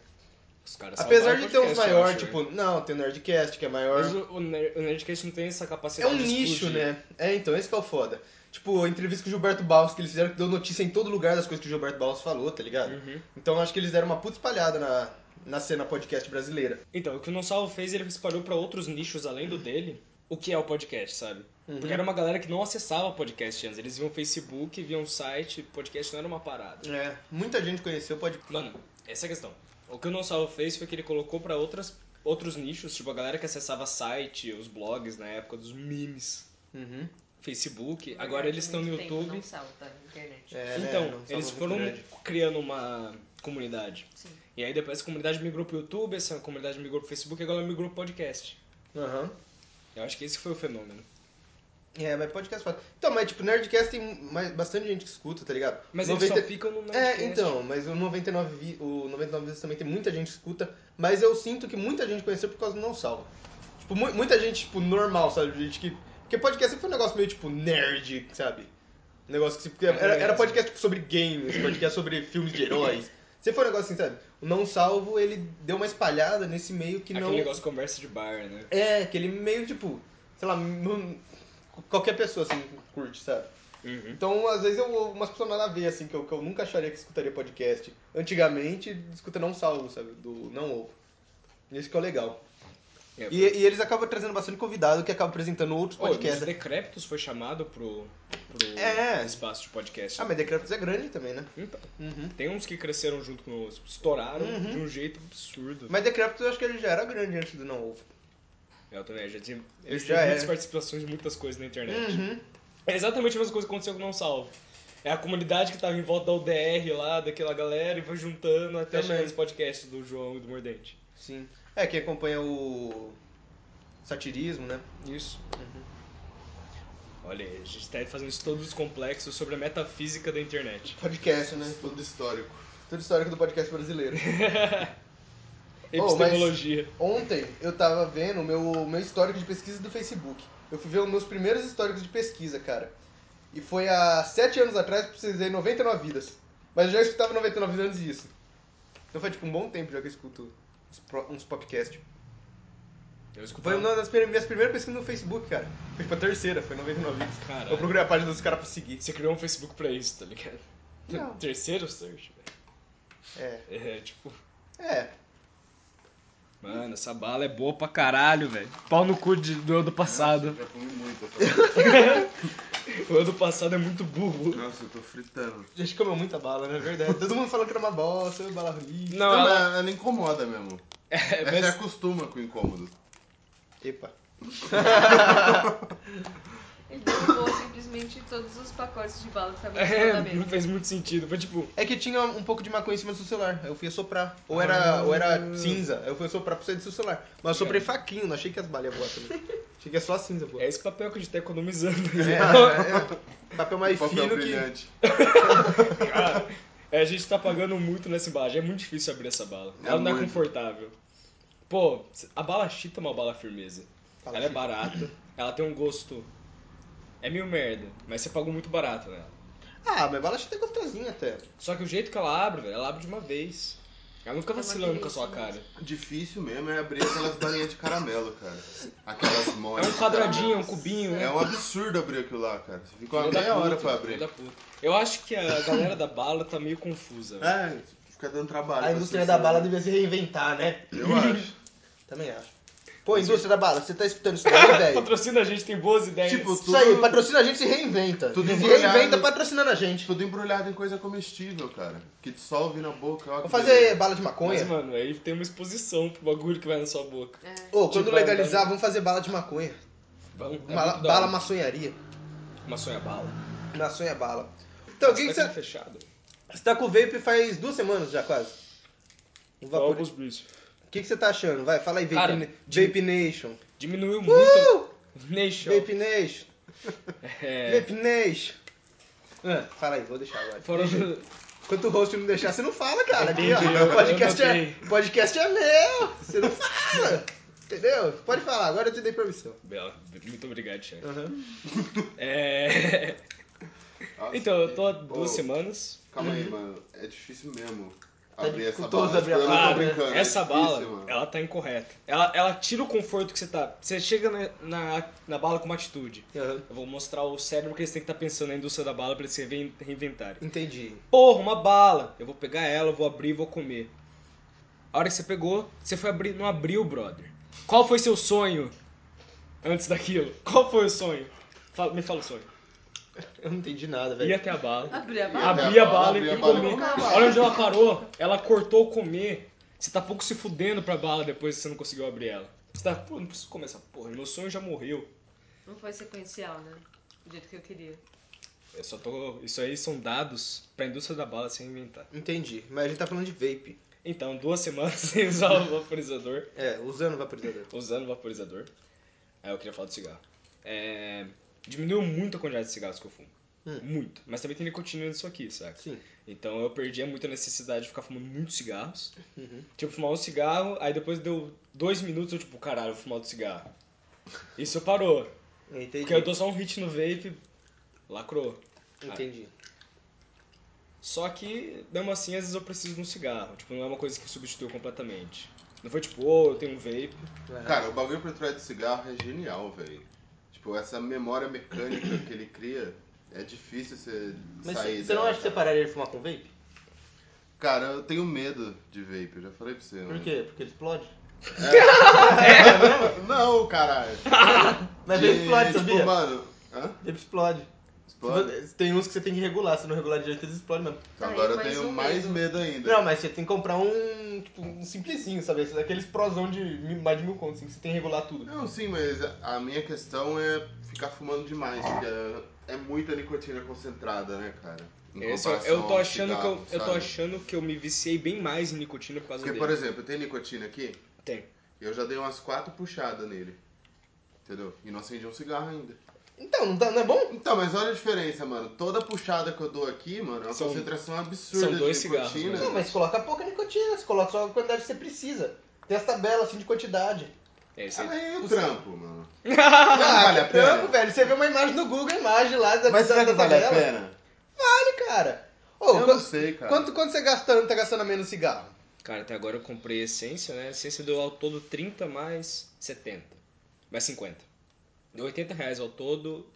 Os caras Apesar salvaram de o ter uns É podcast, eu maior, acho, tipo, né? não, tem o Nerdcast, que é maior. Mas o, o Ner- o Nerdcast não tem essa É capacidade um de nicho, explodir. né? É, então, esse que é o foda. Tipo, a entrevista com o Gilberto Baus que eles fizeram que deu notícia em todo lugar das coisas que o Gilberto Baus falou, tá ligado? Uhum. Então acho que eles deram uma puta espalhada na, na cena podcast brasileira. Então, o que o Não Salvo fez, ele espalhou pra outros nichos além do dele o que é o podcast, sabe? Uhum. Porque era uma galera que não acessava podcast antes. Eles viam Facebook, viam site, podcast não era uma parada. É, muita gente conheceu podcast. Mano, essa é a questão. O que o Não Salvo fez foi que ele colocou pra outras, outros nichos, tipo a galera que acessava site, os blogs na época dos memes, Uhum. Facebook. Agora eles estão no Muito tempo YouTube. Não salta na internet. É, né, então, não salva eles muito foram grande. criando uma comunidade. Sim. E aí depois essa comunidade migrou pro YouTube, essa comunidade migrou pro Facebook e agora migrou pro podcast. Aham. Eu acho que esse foi o fenômeno. É, mas podcast foda. Então, mas tipo, Nerdcast tem mais- bastante gente que escuta, tá ligado? Mas eles só ficam no Nerdcast. É, então, mas o 99, vi- o 99 vezes também tem muita gente que escuta, mas eu sinto que muita gente conheceu por causa do Não Salvo. Tipo, mu- muita gente, tipo, normal, sabe? Gente que... Porque podcast sempre foi um negócio meio, tipo, nerd, sabe? Um negócio que... se- É, porque Era, era podcast tipo, sobre games, podcast sobre filmes de heróis. Sempre foi um negócio assim, sabe? O Não Salvo, ele deu uma espalhada nesse meio que Aquele não... negócio de conversa de bar, né? É, que ele meio, tipo, sei lá, não- qualquer pessoa, assim, curte, sabe? Então, às vezes, eu, umas pessoas nada a ver, assim, que eu, que eu nunca acharia que escutaria podcast. Antigamente, escuta não salvo, sabe? Do não ovo. Isso que é o legal. É, E, e eles acabam trazendo bastante convidado que acaba apresentando outros Pô, Os podcasts. Decréptos foi chamado pro, pro né? É. espaço de podcast. Ah, mas Decreptus é grande também, né? Então, Uhum. tem uns que cresceram junto com os estouraram de um jeito absurdo. Mas Decreptus eu acho que ele já era grande antes do não ovo. É, Eu também já tinha. Eles já têm muitas era. participações, muitas coisas na internet. Uhum. É exatamente a mesma coisa que aconteceu com o Não Salvo. É a comunidade que tava em volta da UDR lá, daquela galera, e foi juntando até Também. chegar nos podcasts do João e do Mordente. Sim. É, quem acompanha o satirismo, né? Isso. Olha, a gente tá fazendo estudos complexos sobre a metafísica da internet. Podcast, né? Tudo histórico. Tudo histórico do podcast brasileiro. Oh, mas- Epistemologia. Ontem eu tava vendo o meu, o meu histórico de pesquisa do Facebook. Eu fui ver os meus primeiros históricos de pesquisa, cara. E foi há sete anos atrás que eu precisei 99 vidas. Mas eu já escutava 99 vidas antes disso. Então foi tipo um bom tempo já que eu escuto uns pro- uns podcasts. Eu Foi escutava. uma das prime- minhas primeiras pesquisas no Facebook, cara. Foi tipo a terceira, foi 99 vídeos. Caralho. Eu procurei a página dos caras pra seguir. Você criou um Facebook pra isso, tá ligado? Não. Terceiro search, velho. É. É, tipo. É. Mano, essa bala é boa pra caralho, velho. Pau no cu de- do ano passado. Já comi muito. eu tô- O ano passado é muito burro. Nossa, eu tô fritando. A gente comeu muita bala, na verdade. Todo mundo falando que era uma bosta, bala ruim. Não, Não, ela- mas ela incomoda mesmo. É, É, mas- Você acostuma com o incômodo. Epa. Ele derrubou simplesmente todos os pacotes de bala que estavam em cima da É, não mesa. fez muito sentido. Foi tipo, É que tinha um pouco de maconha em cima do seu celular. aí Eu fui soprar. Ou era, ou era cinza. aí Eu fui soprar pra sair do seu celular. Mas eu soprei faquinho, não achei que as balas iam voar também. É. Achei que é só a cinza, pô. é esse papel que a gente tá economizando. é, é. Papel mais Papel fino que. brilhante. Cara, é, a gente tá pagando muito nessa embalagem. É muito difícil abrir essa bala. É Ela não é muito. confortável. Pô, a bala chita é uma bala firmeza. Bala ela é chita. barata, ela tem um gosto. É meio merda, mas você pagou muito barato nela. Ah, mas bala chita é gostosinha até. Só que o jeito que ela abre, velho, ela abre de uma vez. Ela não fica É uma vacilando com a sua delícia, cara. Difícil mesmo é abrir aquelas balinhas de caramelo, cara. Aquelas É molas. um quadradinho, é um cubinho. É um absurdo abrir aquilo lá, cara. Você ficou uma Filho da meia puta, hora pra filho abrir. da puta. Eu acho que a galera da bala tá meio confusa. velho. É, fica dando trabalho. A pra indústria pessoa. da bala devia se reinventar, né? Eu acho. Também acho. Pô, indústria da bala, você tá escutando isso daí, velho? Patrocina a gente, tem boas ideias. Tipo, Isso aí, Tudo- patrocina a gente se reinventa. Tudo se embrulhado. reinventa patrocinando a gente. Tudo embrulhado em coisa comestível, cara. Que dissolve na boca. ó, que Vou fazer beleza. bala de maconha. mas, mano, aí tem uma exposição pro bagulho que vai na sua boca. É. Ô, quando Tipo, legalizar, é- vamos fazer bala de maconha. Vamos, é Bala, muito da bala hora. maçonharia. Maçonha bala. Maçonha bala. Então, o que que Mas tá tudo você... fechado? Você tá com o vape faz duas semanas já, quase. O vapor... Fogos Bridge. O que que você tá achando? Vai, fala aí, Vape, Cara, Na- de- Vape Nation. Uh! Diminuiu Uh! muito. Nation. Vape Nation. É, Vape Nation. Ah, fala aí, vou deixar agora. fora do... Enquanto o host não deixar, você não fala, cara. Aqui, Entendi, ó, eu- podcast, eu é, notei. podcast é meu. Você não fala. Entendeu? Pode falar, agora eu te dei permissão. Bela, muito obrigado, chefe. Aham. É... Nossa, Então, eu tô há que- duas Ô, semanas. Mano, Calma aí, mano. É difícil mesmo Tá abrir essa dificultoso bala. abrir a Eu não tô bala, Cara, né? brincando, é Ah, essa difícil, bala, mano. ela tá incorreta. Ela, ela tira o conforto que você tá. Você chega na, na, na bala com uma atitude. Aham. Eu vou mostrar o cérebro que eles têm que estar pensando na indústria da bala pra eles se rein- reinventarem. Entendi. Porra, uma bala! Eu vou pegar ela, eu vou abrir e vou comer. A hora que você pegou, você foi abrir, não abriu, brother. Qual foi seu sonho antes daquilo? Qual foi o sonho? Fala- me fala o sonho. Eu não entendi nada, Ir velho. até a bala. Abriu a Ia bala. até Abrir a a bala, bala abrir a e bala e comer. comer. A hora onde ela parou, ela cortou o comer. Você tá pouco se fudendo pra bala depois que você não conseguiu abrir ela. Você tá, pô, não preciso comer essa porra, meu sonho já morreu. Não foi sequencial, né? Do jeito que eu queria. Eu só tô. Isso aí são dados pra indústria da bala se reinventar. Entendi. Mas a gente tá falando de vape. Então, duas semanas sem usar o vaporizador. É, usando o vaporizador. Usando o vaporizador. Aí eu queria falar do cigarro. É, diminuiu muito a quantidade de cigarros que eu fumo. Hum. Muito. Mas também tem nicotina nisso aqui, saca? Sim. Então eu perdi muita necessidade de ficar fumando muitos cigarros. Uhum. Tipo, fumar um cigarro, aí depois deu dois minutos, eu tipo, caralho, vou fumar outro cigarro. Isso parou. Entendi. Porque eu dou só um hit no vape, lacrou. Entendi. Só que, mesmo assim, às vezes eu preciso de um cigarro. Tipo, não é uma coisa que substituiu completamente. Não foi tipo, ô, eu tenho um vape. Aham. É. Cara, o bagulho pra trás de cigarro é genial, velho. Tipo, essa memória mecânica que ele cria, é difícil você Mas sair você não dela, acha que você cara. pararia de fumar com vape? Cara, eu tenho medo de vape, eu já falei pra você. né? Por quê? Porque ele explode? Não, caralho. Mas De- vape explode, tipo, sabia? mano... Hã? Vape explode. Explode? Tem uns que você tem que regular, se não regular direito, eles explodem mesmo. Então Aí, agora eu mais tenho um mais medo. medo ainda. Não, mas você tem que comprar um, tipo, um simplesinho, sabe? Esses- Aqueles prosão de mil- mais de mil contos, assim, que você tem que regular tudo. Não, sim, mas a a minha questão é ficar fumando demais, porque é, é muita nicotina concentrada, né, cara? Em Esse é eu, comparação eu tô ao achando que eu, cigarro, eu tô sabe? achando que eu me viciei bem mais em nicotina por causa Porque, por dele. exemplo, tem nicotina aqui, Tem. eu já dei umas quatro puxadas nele. Entendeu? E não acendi um cigarro ainda. Então, não, tá- não é bom? Então, mas olha a diferença, mano. Toda puxada que eu dou aqui, mano, é uma São- concentração absurda são dois de cigarros, nicotina. né? Não, mas coloca pouca nicotina, você coloca só a quantidade que você precisa. Tem as tabelas, assim, de quantidade. É isso Ah, aí. mas e o trampo, mano? Ah, vale a que trampo, pena. velho. Você vê uma imagem no Google, a imagem lá da Mas da- será que da vale a tabela. pena? Vale, cara. Ô, Eu quan- não sei, cara. Quanto, quanto você gastando, tá gastando a menos cigarro? Cara, até agora eu comprei a essência, né? A essência deu ao todo 30 mais 70. Mais 50. Deu 80 reais ao todo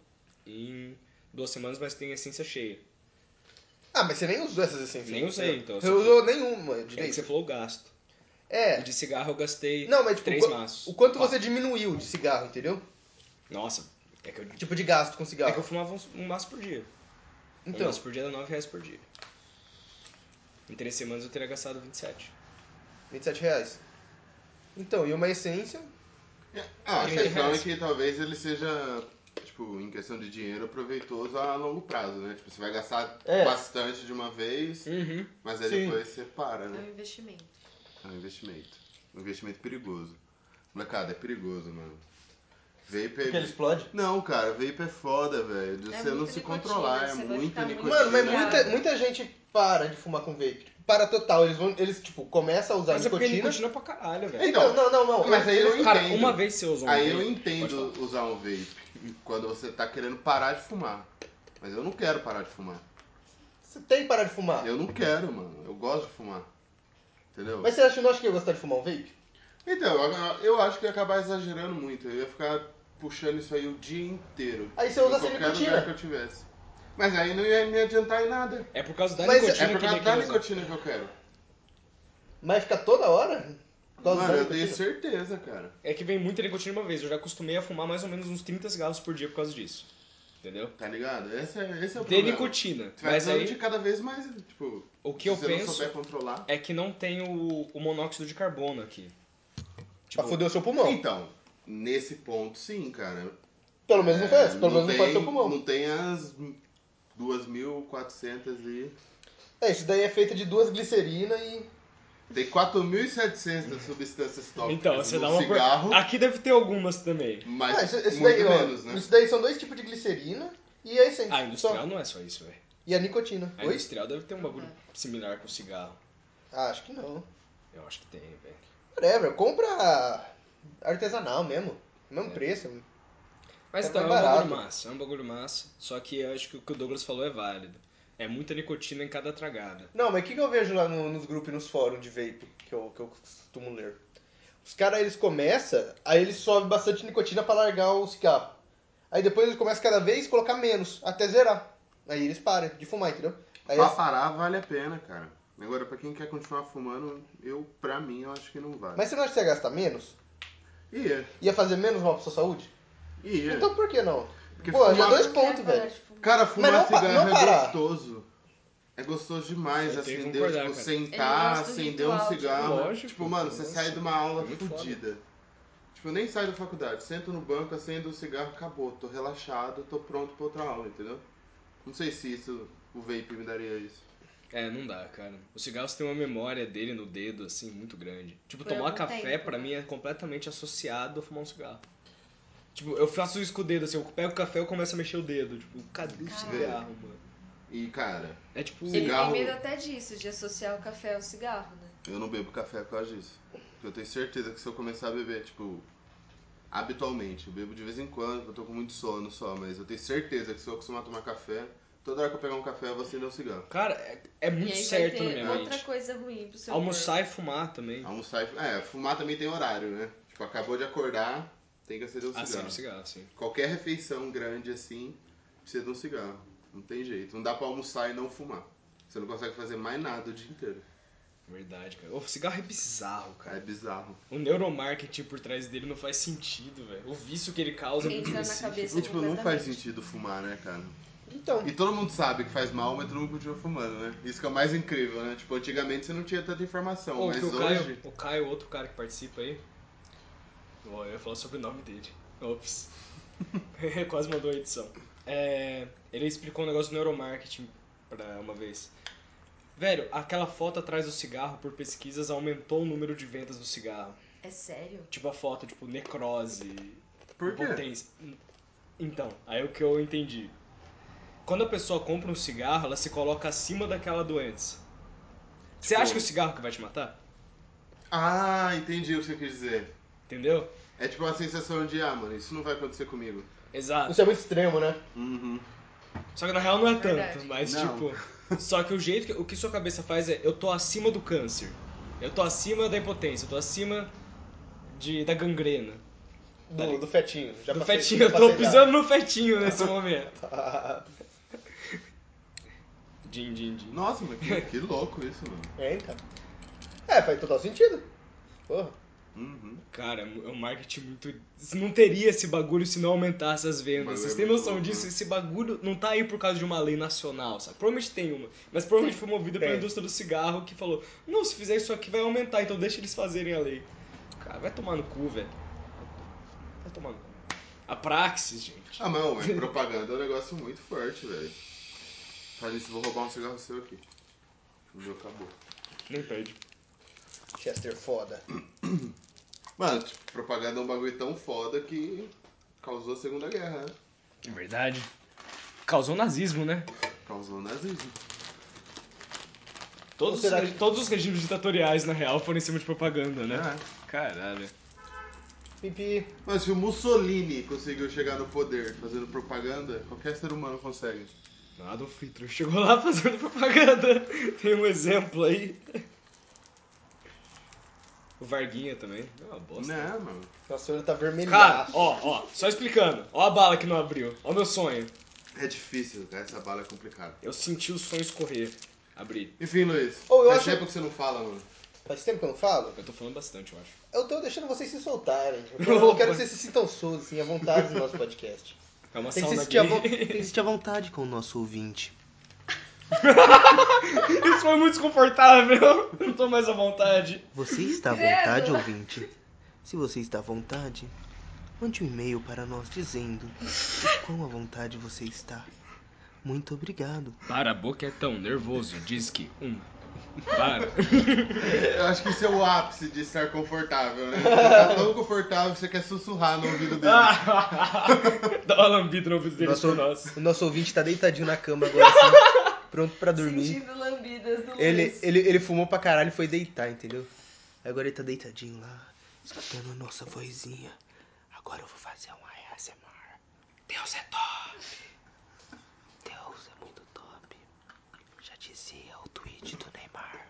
em duas semanas, mas tem a essência cheia. Ah, mas você nem usou essas essências. Nem usei, então. Você usou nenhuma É que direito. você falou gasto. É. E de cigarro eu gastei Não, mas tipo, três o qu- maços. o quanto Quatro. você diminuiu de cigarro, entendeu? Nossa, é que eu, Tipo de gasto com é que cigarro. eu fumava um, um maço por dia. Um Então, maço por dia dá 9 reais por dia. Em três semanas eu teria gastado 27. 27 reais. Então, e uma essência? Ah, a Trinta questão é reais. que talvez ele seja, tipo, em questão de dinheiro, proveitoso a longo prazo, né? Tipo, você vai gastar É. bastante de uma vez, Uhum. mas aí Sim. depois você para, É né? um investimento. É um investimento. Um investimento perigoso. Molecada, é perigoso, mano. Vape é... explode? Não, cara, vape é foda, velho. De É você não muita se nicotina, controlar, é você vai muito ficar muito- nicotina. Mano, mas Cuidado. muita, muita gente para de fumar com vape. Tipo, Para total. Eles, vão, eles tipo, começam a usar Mas é porque nicotina. nicotina pra caralho, velho. Então, não, não, não. Mas aí eles... Eu Cara, entendo. uma vez você usou um Aí eu vape, entendo pode usar um vape quando você tá querendo parar de fumar. Mas eu não quero parar de fumar. Você tem que parar de fumar. Eu não quero, mano. Eu gosto de fumar. Entendeu? Mas você acha, não acha que eu gostar de fumar um vape? Então, agora, eu acho que ia acabar exagerando muito. Eu ia ficar puxando isso aí o dia inteiro. Aí você Em usa sem qualquer nicotina. lugar que eu tivesse. Mas aí não ia me adiantar em nada. falar. É por causa da Mas nicotina É por que né? causa ninguém da usa. nicotina que eu quero. Mas fica toda hora? Por causa Mano, da eu tenho nicotina? certeza, cara. É que vem muita nicotina de uma vez. Eu já acostumei a fumar mais ou menos uns 30 cigarros por dia por causa disso. Entendeu? Tá ligado? Esse é, esse é o Tem problema. nicotina. Você vai Mas precisando aí de cada vez mais, tipo... o que se eu você não penso souber controlar... é que não tem o, o monóxido de carbono aqui. Pra Tipo, foder o seu pulmão. Então, nesse ponto sim, cara. Pelo menos não foi É, essa. Pelo menos não foi o seu pulmão. Não tem as 2.400 e... É, isso daí é feito de duas glicerinas e... Tem 4.700 substâncias tóxicas então, você no dá uma. por- cigarro, Aqui deve ter algumas também. mas Ah, isso, isso muito daí, ó, menos, né? Isso daí são dois tipos de glicerina e a essência. Ah, industrial só. não é só isso, velho. E a nicotina. A Oi? industrial deve ter um bagulho Ah. similar com cigarro. Ah, acho que não. Eu acho que tem, velho. Whatever, compra artesanal mesmo. Mesmo É. preço. Mas É então, é um mais barato. bagulho massa, é um bagulho massa. Só que eu acho que o que o Douglas falou é válido. É muita nicotina em cada tragada. Não, mas o que, que eu vejo lá no- nos grupos e nos fóruns de vape que eu, que eu costumo ler? Os caras, eles começam, aí eles sobem bastante nicotina pra largar o cigarro. Aí depois eles começam cada vez a colocar menos, até zerar. Aí eles param de fumar, entendeu? Aí é- Pra eles- parar vale a pena, cara. Agora, pra quem quer continuar fumando, eu, pra mim, eu acho que não vale. Mas você não acha que você ia gastar menos? Ia, Ia fazer menos mal pra sua saúde? ia. Então por que não? Porque Pô, já fumar- dois É, tipo, Eu quero pontos, parar velho. de fumar. Cara, fumar Mas não pa- cigarro não é parar. gostoso. É gostoso demais, Eu tenho que acender, concordar, tipo, cara. Eu sentar, gosto do acender um ritual, cigarro. tipo, lógico, tipo, mano, você nossa, sai de uma aula é muito foda. fodida. Tipo, eu nem saio da faculdade, sento no banco, acendo um cigarro, acabou. Tô relaxado, tô pronto pra outra aula, entendeu? Não sei se isso, o vape me daria isso. É, não dá, cara. O cigarro você tem uma memória dele no dedo, assim, muito grande. Tipo, Por tomar algum café, tempo, pra né? mim, é completamente associado a fumar um cigarro. Tipo, eu faço isso com o dedo, assim, eu pego o café e eu começo a mexer o dedo. Tipo, cadê o Caralho. cigarro, mano? E, cara, É tipo. Ele Cigarro. tem medo até disso, de associar o café ao cigarro, né? eu não bebo café por causa disso. Porque Eu tenho certeza que se eu começar a beber, tipo, habitualmente, eu bebo de vez em quando, porque eu tô com muito sono só, mas eu tenho certeza que se eu acostumar a tomar café, toda hora que eu pegar um café, eu vou acender um cigarro. Cara, é, é E muito aí certo na vai ter minha outra mente. coisa ruim pro seu Almoçar e fumar também. Almoçar e... É, fumar também tem horário, né? Tipo, acabou de acordar, tem que acender um Acende cigarro. o cigarro, Ah, sim. Qualquer refeição grande assim, precisa de um cigarro. Não tem jeito. Não dá pra almoçar e não fumar. Você não consegue fazer mais nada o dia inteiro. Verdade, cara. O cigarro é bizarro, É cara. bizarro. O neuromarketing por trás dele não faz sentido, velho. O vício que ele causa é muito Entra na específico. cabeça. E tipo, não faz completamente. sentido fumar, né, cara? Então, E todo mundo sabe que faz mal, mas todo mundo continua fumando, né? Isso que é o mais incrível, né? Tipo, antigamente você não tinha tanta informação, Ô, mas que o, hoje. Caio, o Caio, outro cara que participa aí. Ó, eu ia falar sobre o nome dele. Ops. Quase mandou a edição. É, ele explicou um negócio do neuromarketing pra uma vez. Velho, aquela foto atrás do cigarro, por pesquisas, aumentou o número de vendas do cigarro. É sério? Tipo a foto, tipo, necrose. Por quê? impotência. Então, aí é o que eu entendi. Quando a pessoa compra um cigarro, ela se coloca acima daquela doença. Você Tipo- acha que o cigarro que vai te matar? Ah, entendi o que você quis dizer. Entendeu? É tipo uma sensação de, ah, mano, isso não vai acontecer comigo. Exato. isso é muito extremo, né? Uhum. Só que na real não é tanto, Verdade. mas Não. tipo. Só que o jeito que. O que sua cabeça faz é eu tô acima do câncer. Eu tô acima da impotência, eu tô acima de, da gangrena. Do, do fetinho. Já do passei- fetinho, já eu tô passei já. pisando no fetinho nesse momento. Din, din, din. Nossa, mas que, que louco isso, mano. É, então. É, faz total sentido. Porra. Uhum. Cara, é um marketing muito. Não teria esse bagulho se não aumentasse as vendas. Mas Vocês é têm muito noção louco, disso? né? Esse bagulho não tá aí por causa de uma lei nacional, sabe? Provavelmente tem uma, mas provavelmente foi movida pela Tem. indústria do cigarro que falou: não, se fizer isso aqui vai aumentar, então deixa eles fazerem a lei. Cara, vai tomar no cu, velho. Vai tomar no cu. A praxis, gente. Ah, não, mas propaganda é um negócio muito forte, velho. Fala isso, vou roubar um cigarro seu aqui. O meu acabou. Nem perde. Chester foda. Mano, tipo, propaganda é um bagulho tão foda que causou a Segunda Guerra, né? É verdade. Causou nazismo, né? Causou nazismo. Todos, Ou será os- que- todos os regimes ditatoriais, na real, foram em cima de propaganda, né? Caralho. Pipi. Mas se o Mussolini conseguiu chegar no poder fazendo propaganda, qualquer ser humano consegue. Adolf Hitler chegou lá fazendo propaganda. Tem um exemplo aí. O Varguinha também. É uma bosta. Né, mano? Nossa, olho tá vermelhaço. Cara, ó, ó, só explicando. Ó a bala que não abriu. Ó meu sonho. É difícil, cara. Essa bala é complicada. Eu senti o sonho escorrer. Abri. Enfim, Luiz. Ô, eu faz acho- tempo que você não fala, mano. Faz tempo que eu não falo? Eu tô falando bastante, eu acho. Eu tô deixando vocês se soltarem. Eu, tô- eu quero que vocês se sintam soltos, assim, à vontade no nosso podcast. É uma Tem que, se sauna sentir à vo- gay. tem que se sentir à vontade com o nosso ouvinte. Isso foi muito desconfortável. Eu não tô mais à vontade. Você está à Credo. vontade, ouvinte? Se você está à vontade, mande um e-mail para nós dizendo o quão à vontade você está. Muito obrigado. Para, boquetão nervoso. Diz que um. Para. Eu acho que esse é o ápice de estar confortável, né? Você tá tão confortável que você quer sussurrar no ouvido dele. Ah! Dá uma lambida no ouvido dele Nossa, por nós. O nosso ouvinte tá deitadinho na cama agora, assim, pronto pra dormir. Sentindo lambidas do Ele, Luiz. ele, ele fumou pra caralho e foi deitar, entendeu? Agora ele tá deitadinho lá, escutando a nossa vozinha. Agora eu vou fazer um ASMR. Deus é top! Deus é muito top. Já dizia o tweet do Neymar.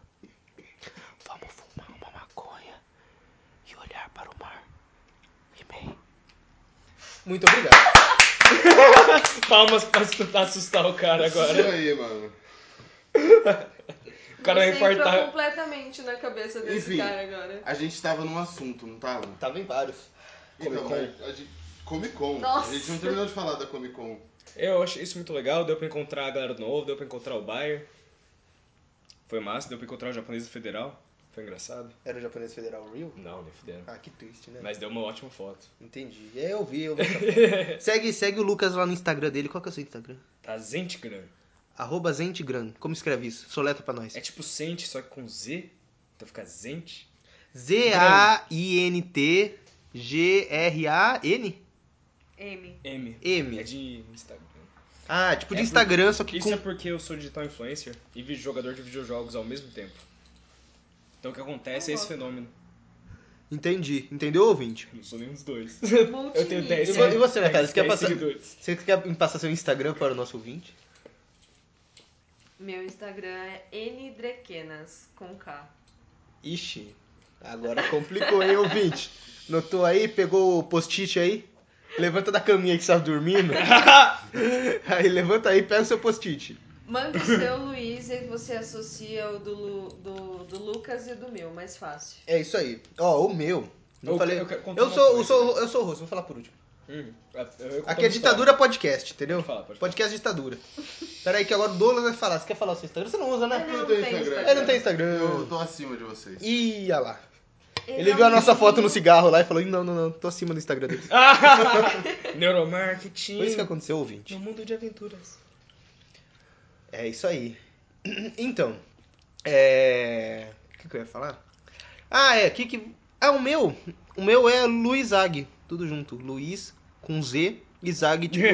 Vamos fumar uma maconha e olhar para o mar. E-mail. é Muito obrigado. Palmas pra tentar assustar o cara agora. Isso aí, mano. O cara vai Você entrou infartar. completamente na cabeça desse Enfim. cara agora. A gente tava num assunto, não tava? Tava em vários. Então, Comic-Con. a gente... Comic Con. Nossa. A gente não terminou de falar da Comic Con. é? Eu achei isso muito legal, deu pra encontrar a galera do novo, deu pra encontrar o Bayer. Foi massa, deu pra encontrar o japonês do federal. Foi engraçado. Era o japonês federal Real? Não, nem federal. Ah, que triste, né? Mas deu uma ótima foto. Entendi. É, eu vi, eu vi. essa Segue, segue o Lucas lá no Instagram dele. Qual que é o seu Instagram? Tá Zentgram. Arroba Zentigram. Como escreve isso? Soleta pra nós. É tipo Sente, só que com Z. Então fica Zente. Z-A-I-N-T-G-R-A-N? M. M. É M. de Instagram. Ah, tipo de É Instagram, só que Isso com... é porque eu sou digital influencer e vi- jogador de videojogos ao mesmo tempo. Então o que acontece é esse fenômeno. Entendi. Entendeu, ouvinte? Eu não sou nenhum dos dois. Multimídia. Eu tenho 10 E vo- e você, Natália, você quer 10 passar- seguidores. Você quer passar seu Instagram para o nosso ouvinte? Meu Instagram é ndrequenas, com K. Ixi, agora complicou, hein, ouvinte? Notou aí? Pegou o post-it aí? Levanta da caminha que você tá dormindo. aí levanta aí, pega o seu post-it. Manda o seu Luiz e você associa o do, Lu- do, do Lucas e do meu, mais fácil. É isso aí. Ó, o meu. Não Eu- falei. eu Eu, quero contar uma sou, eu coisa. sou, eu sou o rosto, vou falar por último. Hum, eu- eu- eu Aqui é conto ditadura podcast, entendeu? Pode falar, pode falar. podcast é ditadura. Pera aí que agora o Douglas vai falar. Você quer falar o seu Instagram? Você não usa, né? Ele não Eu tenho tem Instagram. Instagram. Ele não tem Eu Instagram. tô acima de vocês. Ih, olha lá. Ele, é viu a um nossa foto no menino. cigarro lá e falou: "Ih, não, não, não, tô acima do Instagram dele. Neuromarketing. Foi isso que aconteceu, ouvinte. No mundo de aventuras. É isso aí. Então, é. O que, que eu ia falar? Ah, é, que que. Ah, o meu. O meu é Luiz Zag. Tudo junto. Luiz com Z e Zag tipo.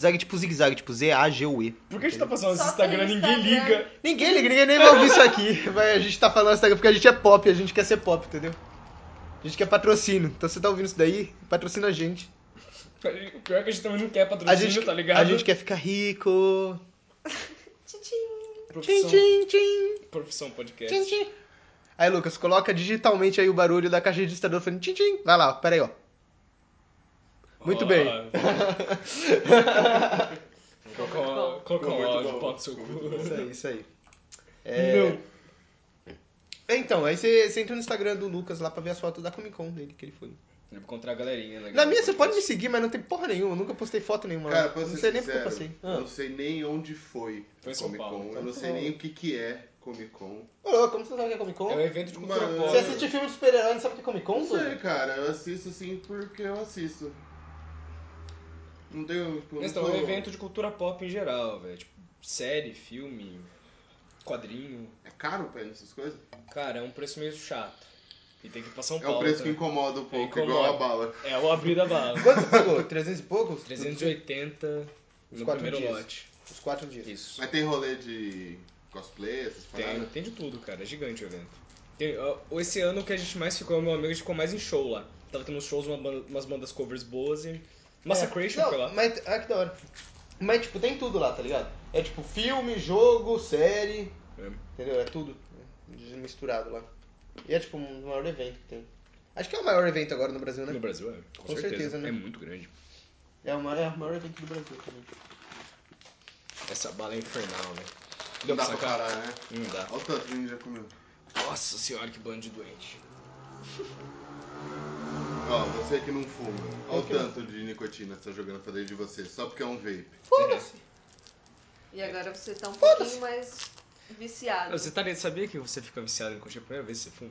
Zag tipo zigue-zague, tipo Z-A-G-U-E. Por que a gente tá passando esse Só Instagram? tem Ninguém Instagram. liga. Ninguém liga, ninguém nem vai ouvir isso aqui. Vai, a gente tá falando isso daqui porque a gente é pop, a gente quer ser pop, entendeu? A gente quer patrocínio. Então você tá ouvindo isso daí, patrocina a gente. O Pior é que a gente também não quer A patrocínio, gente, tá ligado? a gente quer ficar rico. Tchim, tchim. Profissão, Tchim, tchim, tchim. profissão podcast. Tchim, tchim. Aí, Lucas, coloca digitalmente aí o barulho da caixa registradora falando tchim, tchim. Vai lá, pera aí, ó. Muito bem. Colocou colocou Ficou um muito áudio, bom. pau do seu Isso cu. aí, isso aí. É... Então, aí você você entra no Instagram do Lucas lá pra ver as fotos da Comic Con dele que ele foi. É pra encontrar a galerinha, né? Na minha você pode me seguir, mas não tem porra nenhuma. Eu nunca postei foto nenhuma. Cara, lá. pra não ser sei nem porque sincero, eu passei. eu Ah. não sei nem onde foi, Foi em São Comic Paulo. então. Con. Eu não sei nem o que, que é Comic Con. Ô, louco, como você sabe o que é Comic Con? É um evento de cultura Mano, pop. Você assiste filme de super-herói, não sabe o que é Comic Con? Não sei, doido? cara. Eu assisto sim porque eu assisto. Não tenho. Tipo, Mas então, não é um sou- evento de cultura pop em geral, velho. Tipo, série, filme, quadrinho. É caro pra ir nessas coisas? Cara, é um preço meio chato. E tem que ir pra São É um Paulo. preço que também. incomoda um pouco, né? incomoda. igual a bala. É o abrir da bala. Quanto pagou? 300 e poucos? 380 Os no quatro primeiro dias. lote. Os quatro dias. Isso. Mas tem rolê de cosplay, essas Tem, paradas? tem de tudo, cara. É gigante o evento. Tem, ó, esse ano que a gente mais ficou, meu amigo, a gente ficou mais em show lá. Tava tendo uns shows, uma banda- umas bandas covers boas e. Massacration Não, foi lá. Mas, ah, que da hora. Mas, tipo, tem tudo lá, tá ligado? É tipo filme, jogo, série. É. Entendeu? É tudo né? misturado lá. E é tipo um maior evento que tem. Acho que é o maior evento agora no Brasil, né? No Brasil, é. Com, Com certeza, né? É muito grande. É o maior, é o maior evento do Brasil também. Essa bala é infernal, né? Não dá pra parar, né? Não dá. Olha o tanto que a gente já comeu. Nossa senhora, que bando de doente. Ó, você que não fuma. Olha o que não tanto de nicotina que tá jogando pra dentro de você, só porque é um vape. E agora você tá um pouquinho mais viciado. Você tá, sabia que você fica viciado em nicotina a primeira vez que você fuma?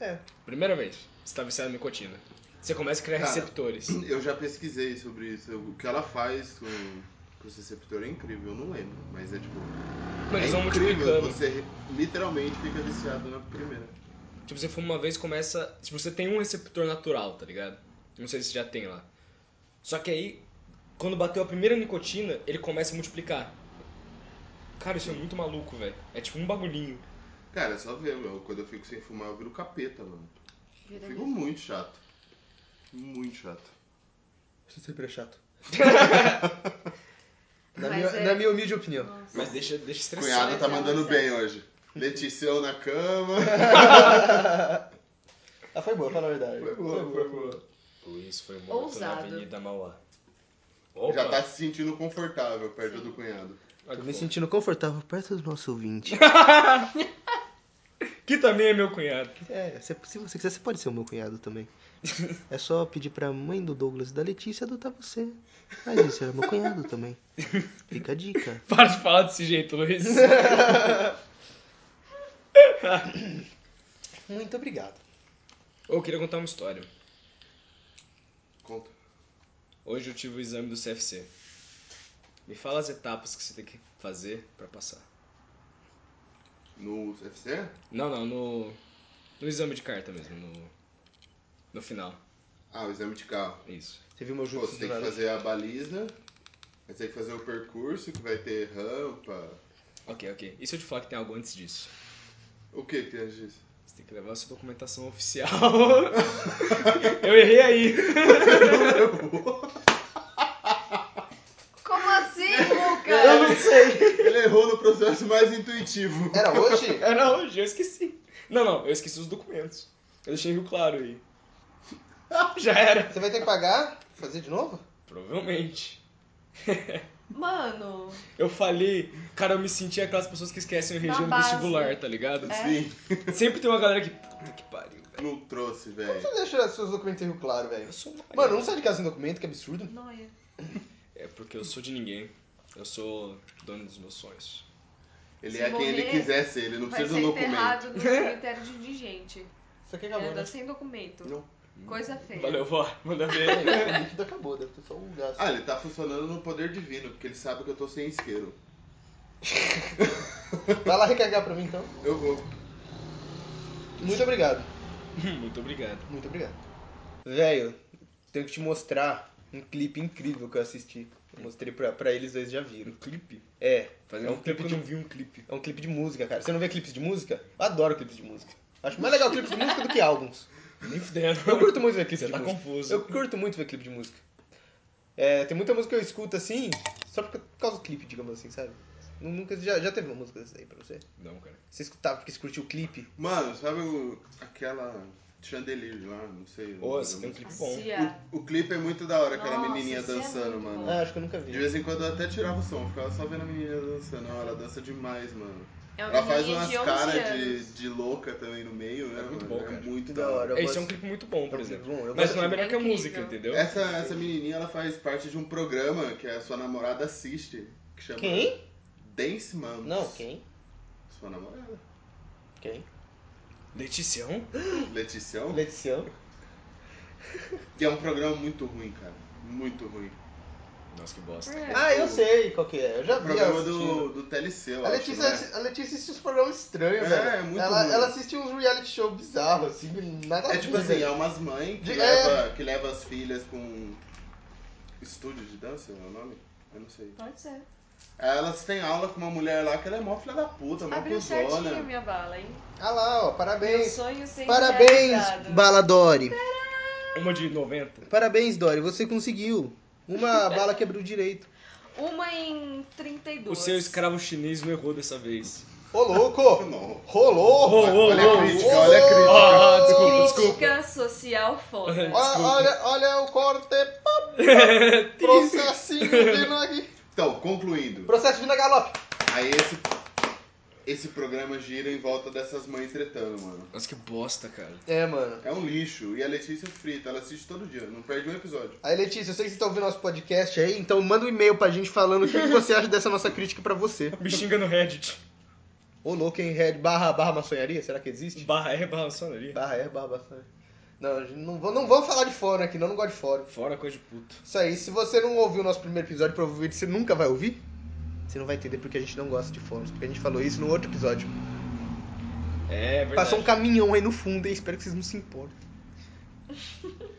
É. Primeira vez, você tá viciado em nicotina. Você começa a criar Cara, receptores. Eu já pesquisei sobre isso. O que ela faz com, com esse receptor é incrível, eu não lembro. Mas é tipo. Mano, é eles vão incrível, multiplicando. você re- literalmente fica viciado na primeira. Tipo, você fuma uma vez começa. Tipo, você tem um receptor natural, tá ligado? Não sei se já tem lá. Só que aí, quando bateu a primeira nicotina, ele começa a multiplicar. Cara, isso é muito maluco, velho. É tipo um bagulhinho. Cara, é só ver, meu. Quando eu fico sem fumar, eu viro capeta, mano. Eu Vira fico muito chato. Muito chato. Isso sempre é chato. na, Mas minha, é- na minha humilde opinião. Mas deixa, deixa Cunhada estressado. tá mandando bem hoje. Letição na cama. Ah, foi boa, fala a verdade. Foi boa, foi boa. Isso foi uma luta na Ousado. Avenida Mauá. Opa, Já tá se sentindo confortável perto do cunhado. olha Tô que me fofo. sentindo confortável perto do nosso ouvinte. Que também é meu cunhado. É, se, se você quiser, você pode ser o meu cunhado também. É só pedir pra mãe do Douglas e da Letícia adotar você. Mas isso era meu cunhado também. Fica a dica. Para de falar desse jeito, Luiz. Muito obrigado. Eu queria contar uma história. Conta. Hoje eu tive o exame do CFC. Me fala as etapas que você tem que fazer pra passar. No UFC? Não, não, no. No exame de carta mesmo, no. No final. Ah, o exame de carro. É isso. Você viu meu Pô, jutsu você do tem que nada? fazer a baliza, aí você tem que fazer o percurso, que vai ter rampa. Ok, ok. E se eu te falar que tem algo antes disso? O que que tem disso? Você tem que levar a sua documentação oficial. eu errei aí. Como assim, Lucas? Eu não sei. Ele errou no processo mais intuitivo. Era hoje? Era hoje, eu esqueci. Não, não, eu esqueci os documentos. Eu deixei Rio Claro aí. Já era. Você vai ter que pagar? Fazer de novo? Provavelmente. Mano, Eu falei, cara, eu me senti aquelas pessoas que esquecem o Na regime base. É. vestibular, tá ligado? Sim, Sempre tem uma galera que. Puta que pariu, velho. não trouxe, velho. Você deixa seus documentos em Rio Claro, velho. Eu sou um uma- Mano, não sai de casa sem documento, que absurdo. noia. É porque eu sou de ninguém. Eu sou dono dos meus sonhos. Ele Se é quem ele morrer, quiser ser, ele não Vai precisa ser de um documento. enterrado no cemitério de indigente. Isso aqui Ele acabou, né? anda sem documento. Não. Coisa feia. Valeu, vó. Manda ver. É, O líquido acabou, deve ter só um gasto. Ah, ele tá funcionando no poder divino, porque ele sabe que eu tô sem isqueiro. Vai lá recarregar pra mim, então. Eu vou. Muito obrigado. Muito obrigado. Muito obrigado. Velho, tenho que te mostrar um clipe incrível que eu assisti. Eu mostrei pra, pra eles dois já viram. Um clipe? É, Fazia É um um clipe tempo que eu de- não vi um clipe. é um clipe de música, cara. Você não vê clipes de música? Eu adoro clipes de música. Acho mais legal clipes de música do que álbuns. Nem fudendo. Eu curto muito ver clipe de Você tá música. confuso. Eu curto muito ver clipe de música. É, tem muita música que eu escuto assim, só por causa do clipe, digamos assim, sabe? Nunca, já, já teve uma música dessa aí pra você? Não, cara. Você escutava, porque você curtiu o clipe? Mano, sabe o, aquela chandelier lá, não sei. o Ô, nome você da tem um música? clipe bom. Cia. o, o clipe é muito da hora, aquela Nossa, menininha isso é dançando, muito mano. bom. Ah, acho que eu nunca De vi. vez em quando eu até tirava o som, ficava só vendo a menina dançando. Ó, Ela dança demais, mano. É uma Ela faz menininha umas de 11 caras de, anos. de louca também no meio, né, É muito mano? bom, é cara. muito Da hora. Eu Esse é gosto- um clipe muito bom, por É um clipe exemplo. bom, eu Mas gosto não é de- melhor que a É incrível. música, entendeu? Essa, essa menininha, ela faz parte de um programa que a sua namorada assiste, que chama Quem? Dance Moms. Não, quem? Sua namorada. Quem? Leticião? Leticião. Letição. é um? Que é um programa muito ruim, cara. Muito ruim. Nossa, que bosta. É. Ah, eu sei qual que é. Eu já O vi. programa ela assistindo. do, do TLC, eu A acho, Letícia, né? não é? assi- a Letícia assiste uns programas estranhos, É, velho. é muito ela, ruim. ela assiste uns reality show bizarros, assim, nada a É ver, tipo assim, velho. é umas mães que, De- é. leva, que leva as filhas com estúdio de dança, é o nome? Eu não sei. Pode ser. Aí Elas têm aula com uma mulher lá que ela é mó filha da puta, mó Abriu certinho a cuzona. minha bala, hein? Ah lá, ó, Meu parabéns. sonho sempre Parabéns, realizado. Bala Dori. Uma de 90. Parabéns, Dori, você conseguiu. Uma bala quebrou direito. Uma em 32. O seu escravo chinês não errou dessa vez. Ô, louco! Não. Rolou! Ô, ô, Olha a ô. crítica, olha a crítica. Ah, ah, desculpa, desculpa. Crítica social foda. Uhum. Olha, olha, olha o corte. pá, Processinho vindo aqui. Então, concluindo. Processo vindo a galope. Aí esse, esse programa gira em volta dessas mães tretando, mano. Nossa, que bosta, cara. É, mano. É um lixo. E a Letícia frita, ela assiste todo dia, não perde um episódio. Aí, Letícia, eu sei que vocês estão ouvindo nosso podcast aí, então manda um e-mail pra gente falando o que que você acha dessa nossa crítica pra você. Me xinga no Reddit. Ô, louco, hein? Red barra, barra maçonharia? Será que existe? Barra R, barra sonaria. Barra é, barra maçonharia. Não, gente, não, vou- não vamos falar de fórum aqui, não, não gosto de fórum. Fora coisa de puto. Isso aí, se você não ouviu o nosso primeiro episódio, provavelmente você nunca vai ouvir. Você não vai entender porque a gente não gosta de fóruns, porque a gente falou isso no outro episódio. É, verdade. Passou um caminhão aí no fundo e espero que vocês não se importem.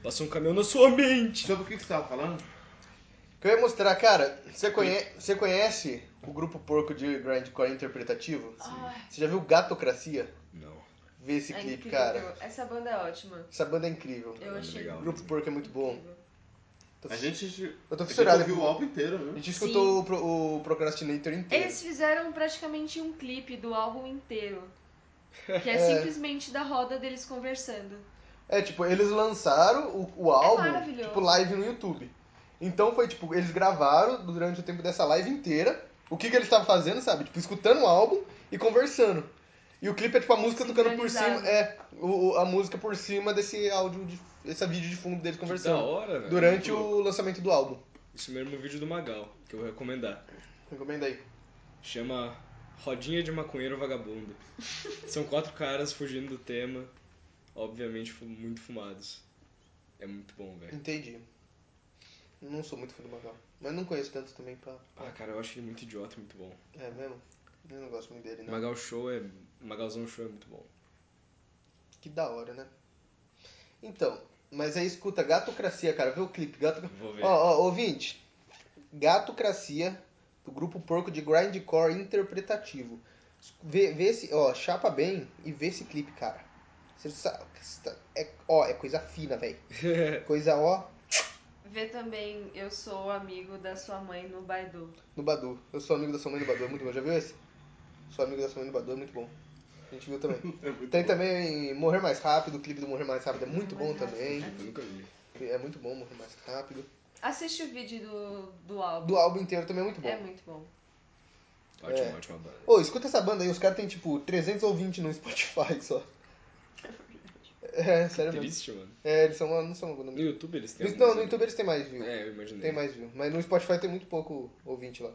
Passou um caminhão na sua mente. Sobre o que que você tava falando? O que eu ia mostrar, cara, você, conhe- você conhece o grupo porco de grindcore interpretativo? Ai, Você já viu Gatocracia? Não. Vê esse é clipe, incrível. cara. Essa banda é ótima. Essa banda é incrível. Eu Banda achei. legal. O grupo porco é muito bom. incrível. Tô- A gente, Eu tô a gente fissurado. ouviu o álbum inteiro, A né? gente escutou o, pro- o Procrastinator inteiro. Eles fizeram praticamente um clipe do álbum inteiro. Que é, É. simplesmente da roda deles conversando. É, tipo, eles lançaram o, o álbum, maravilhoso. tipo, live no YouTube. Então foi, tipo, eles gravaram durante o tempo dessa live inteira o que, que eles estavam fazendo, sabe? Tipo, escutando o álbum e conversando. E o clipe é, tipo, a música tocando por cima. Sincronizado. É, o- o- a música por cima desse áudio, de, esse vídeo de fundo deles Da conversando. hora, é velho. Durante o lançamento do álbum. Esse mesmo vídeo do Magal, que eu vou recomendar. Recomenda aí. Chama Rodinha de Maconheiro Vagabundo. São quatro caras fugindo do tema, obviamente fu- muito fumados. É muito bom, velho. Entendi. Não sou muito fã do Magal. Mas não conheço tanto também pra. Ah, cara, eu acho ele muito idiota, e muito bom. É mesmo? Eu não gosto muito dele, não. Magal Show é. Magalzão Show é muito bom. Que da hora, né? Então, mas aí escuta Gatocracia, cara. Vê o clipe. Gato... Vou ver. Ó, ó, ouvinte. Gatocracia, do grupo porco de grindcore interpretativo. Vê, vê esse, ó, chapa bem e vê esse clipe, cara. Você sabe, é, ó, é coisa fina, velho. Coisa, ó, Vê também Eu Sou Amigo da Sua Mãe no Baidu. no Badu. Eu sou amigo da sua mãe no Badu, é muito bom. Já viu esse? Sou amigo da sua mãe no Badu, é muito bom. A gente viu também. É muito Tem bom. também Morrer Mais Rápido, o clipe do Morrer Mais Rápido é muito bom também. Eu nunca vi. É muito bom Morrer Mais Rápido. Assiste o vídeo do, do álbum. do álbum inteiro também é muito bom. É muito bom. Ótima, É. ótima banda. Ô, escuta essa banda aí, os caras têm tipo 300 ouvintes no Spotify só. É, sério mesmo. Triste, mano. É, eles são, não são. No YouTube eles têm. Eles- não, alguns, no né? YouTube eles têm mais view. É, eu imaginei. Tem mais view. Mas no Spotify tem muito pouco ouvinte lá.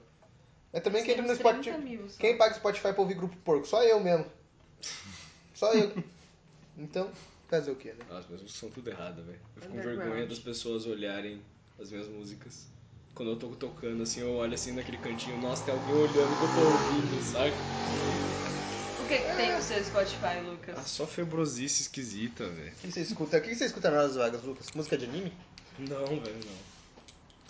É também quem entra no Temos Spotify. 30 mil só. Quem paga o Spotify pra ouvir grupo porco? Só eu mesmo. Só eu. Então, fazer o quê, né? Nossa, mas Ah, são tudo errado, velho. Eu fico com Underground. vergonha das pessoas olharem as minhas músicas. Quando eu tô tocando, assim, eu olho assim naquele cantinho, nossa, tem alguém olhando que eu tô ouvindo, saca? O que, que tem no seu Spotify, Ah, Lucas? só febrosice esquisita, velho. O que você escuta? O que você escuta nas horas vagas, Lucas? Música de anime? Não, velho, não.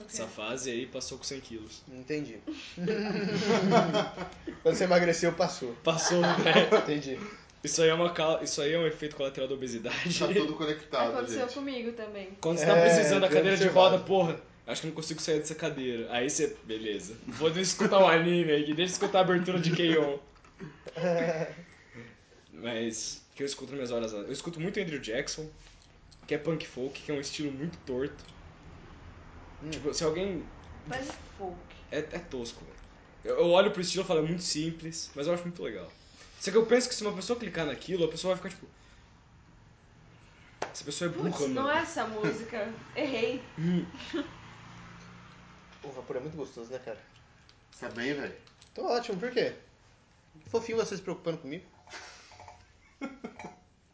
O quê? Essa fase aí passou com 100 quilos. Não Entendi. Quando você emagreceu, passou. Passou, velho. Entendi. Isso aí é uma cal... Isso aí é um efeito colateral da obesidade. Tá tudo Aconteceu conectado, gente. comigo também. Quando você tá É, precisando da bem cadeira de observado. roda, porra, Acho que não consigo sair dessa cadeira. Aí você, beleza. Vou deixa eu escutar um anime aqui, deixa eu escutar a abertura de K.O. Mas, o que eu escuto nas minhas horas? Eu escuto muito Andrew Jackson, que é punk folk, que é um estilo muito torto. Tipo, se alguém Mas folk. é, é tosco. velho. Eu, eu olho pro estilo e falo, é muito simples, mas eu acho muito legal. Só que eu penso que se uma pessoa clicar naquilo, a pessoa vai ficar tipo. Essa pessoa é burra, Putz, mano. não é essa música. Errei. O vapor é muito gostoso, né, cara? Tá bem, velho? Tô ótimo, por quê? Fofinho você se preocupando comigo.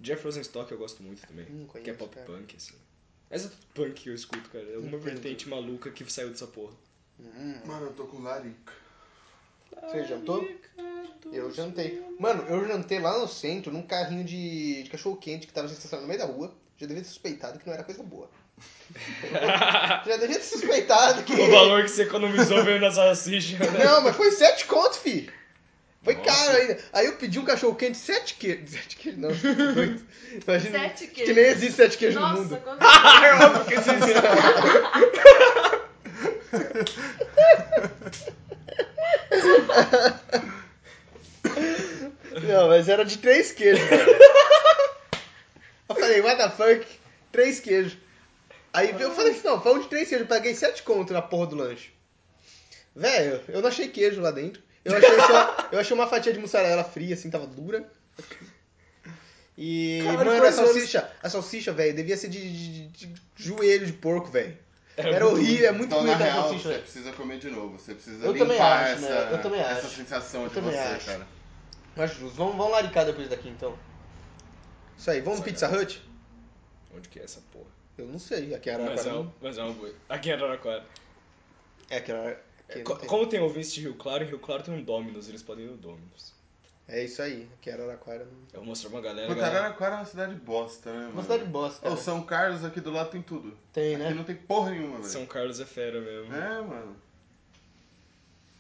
Jeff Rosenstock eu gosto muito também. Hum, conheço, que é pop cara. punk, assim. Essa é punk que eu escuto, cara. É uma Entendo. vertente maluca que saiu dessa porra. Mano, eu tô com larica. Você jantou? Eu jantei. Mano, eu jantei lá no centro, num carrinho de, de cachorro-quente que tava estacionado no meio da rua. Já devia ter suspeitado que não era coisa boa. Já devia ter suspeitado que... O valor que você economizou veio na salsicha, né? Não, mas foi sete conto, fi. Foi Nossa. caro ainda. Aí eu pedi um cachorro quente sete queijos. Sete queijos, não. Oito. Imagina. Sete acho Que queijos. nem existe sete queijos no Nossa, mundo. quando... Não, mas era de três queijos. eu falei, what the fuck? Três queijos. Aí eu falei assim, não, foi um de três queijos. Eu paguei sete conto na porra do lanche. Velho, eu não achei queijo lá dentro. Eu achei, só, eu achei uma fatia de mussarela fria, assim, tava dura. E, Cara, mano, a quantos anos- salsicha, a salsicha, velho, devia ser de, de- de- de joelho de porco, velho. Era, muito horrível, é muito Então, na ruim aquela real, salsicha. você precisa comer de novo. Você precisa Eu limpar também acho, essa, né? Eu também essa acho. sensação Eu de também você, acho. cara. Mas justo, vamos, vamos laricar depois daqui, então. Isso aí, vamos no Pizza Hut? Onde que é essa porra? Eu não sei, aqui era Mas é, Araraquara. um- mas é uma boa. Aqui em Araraquara. É aqui era... aqui Co- não tem. Como tem ouvintes de Rio Claro, em Rio Claro tem um Dominus, eles podem ir no Dominus. É isso aí, aqui era Araraquara. não- Eu vou mostrar pra uma galera. Puta, galera. Araraquara é uma cidade bosta, né, mano? Uma cidade bosta, Ô, cara. São Carlos aqui do lado tem tudo. Tem, Aqui né? não tem porra nenhuma, velho. São Carlos é fera mesmo. É, mano.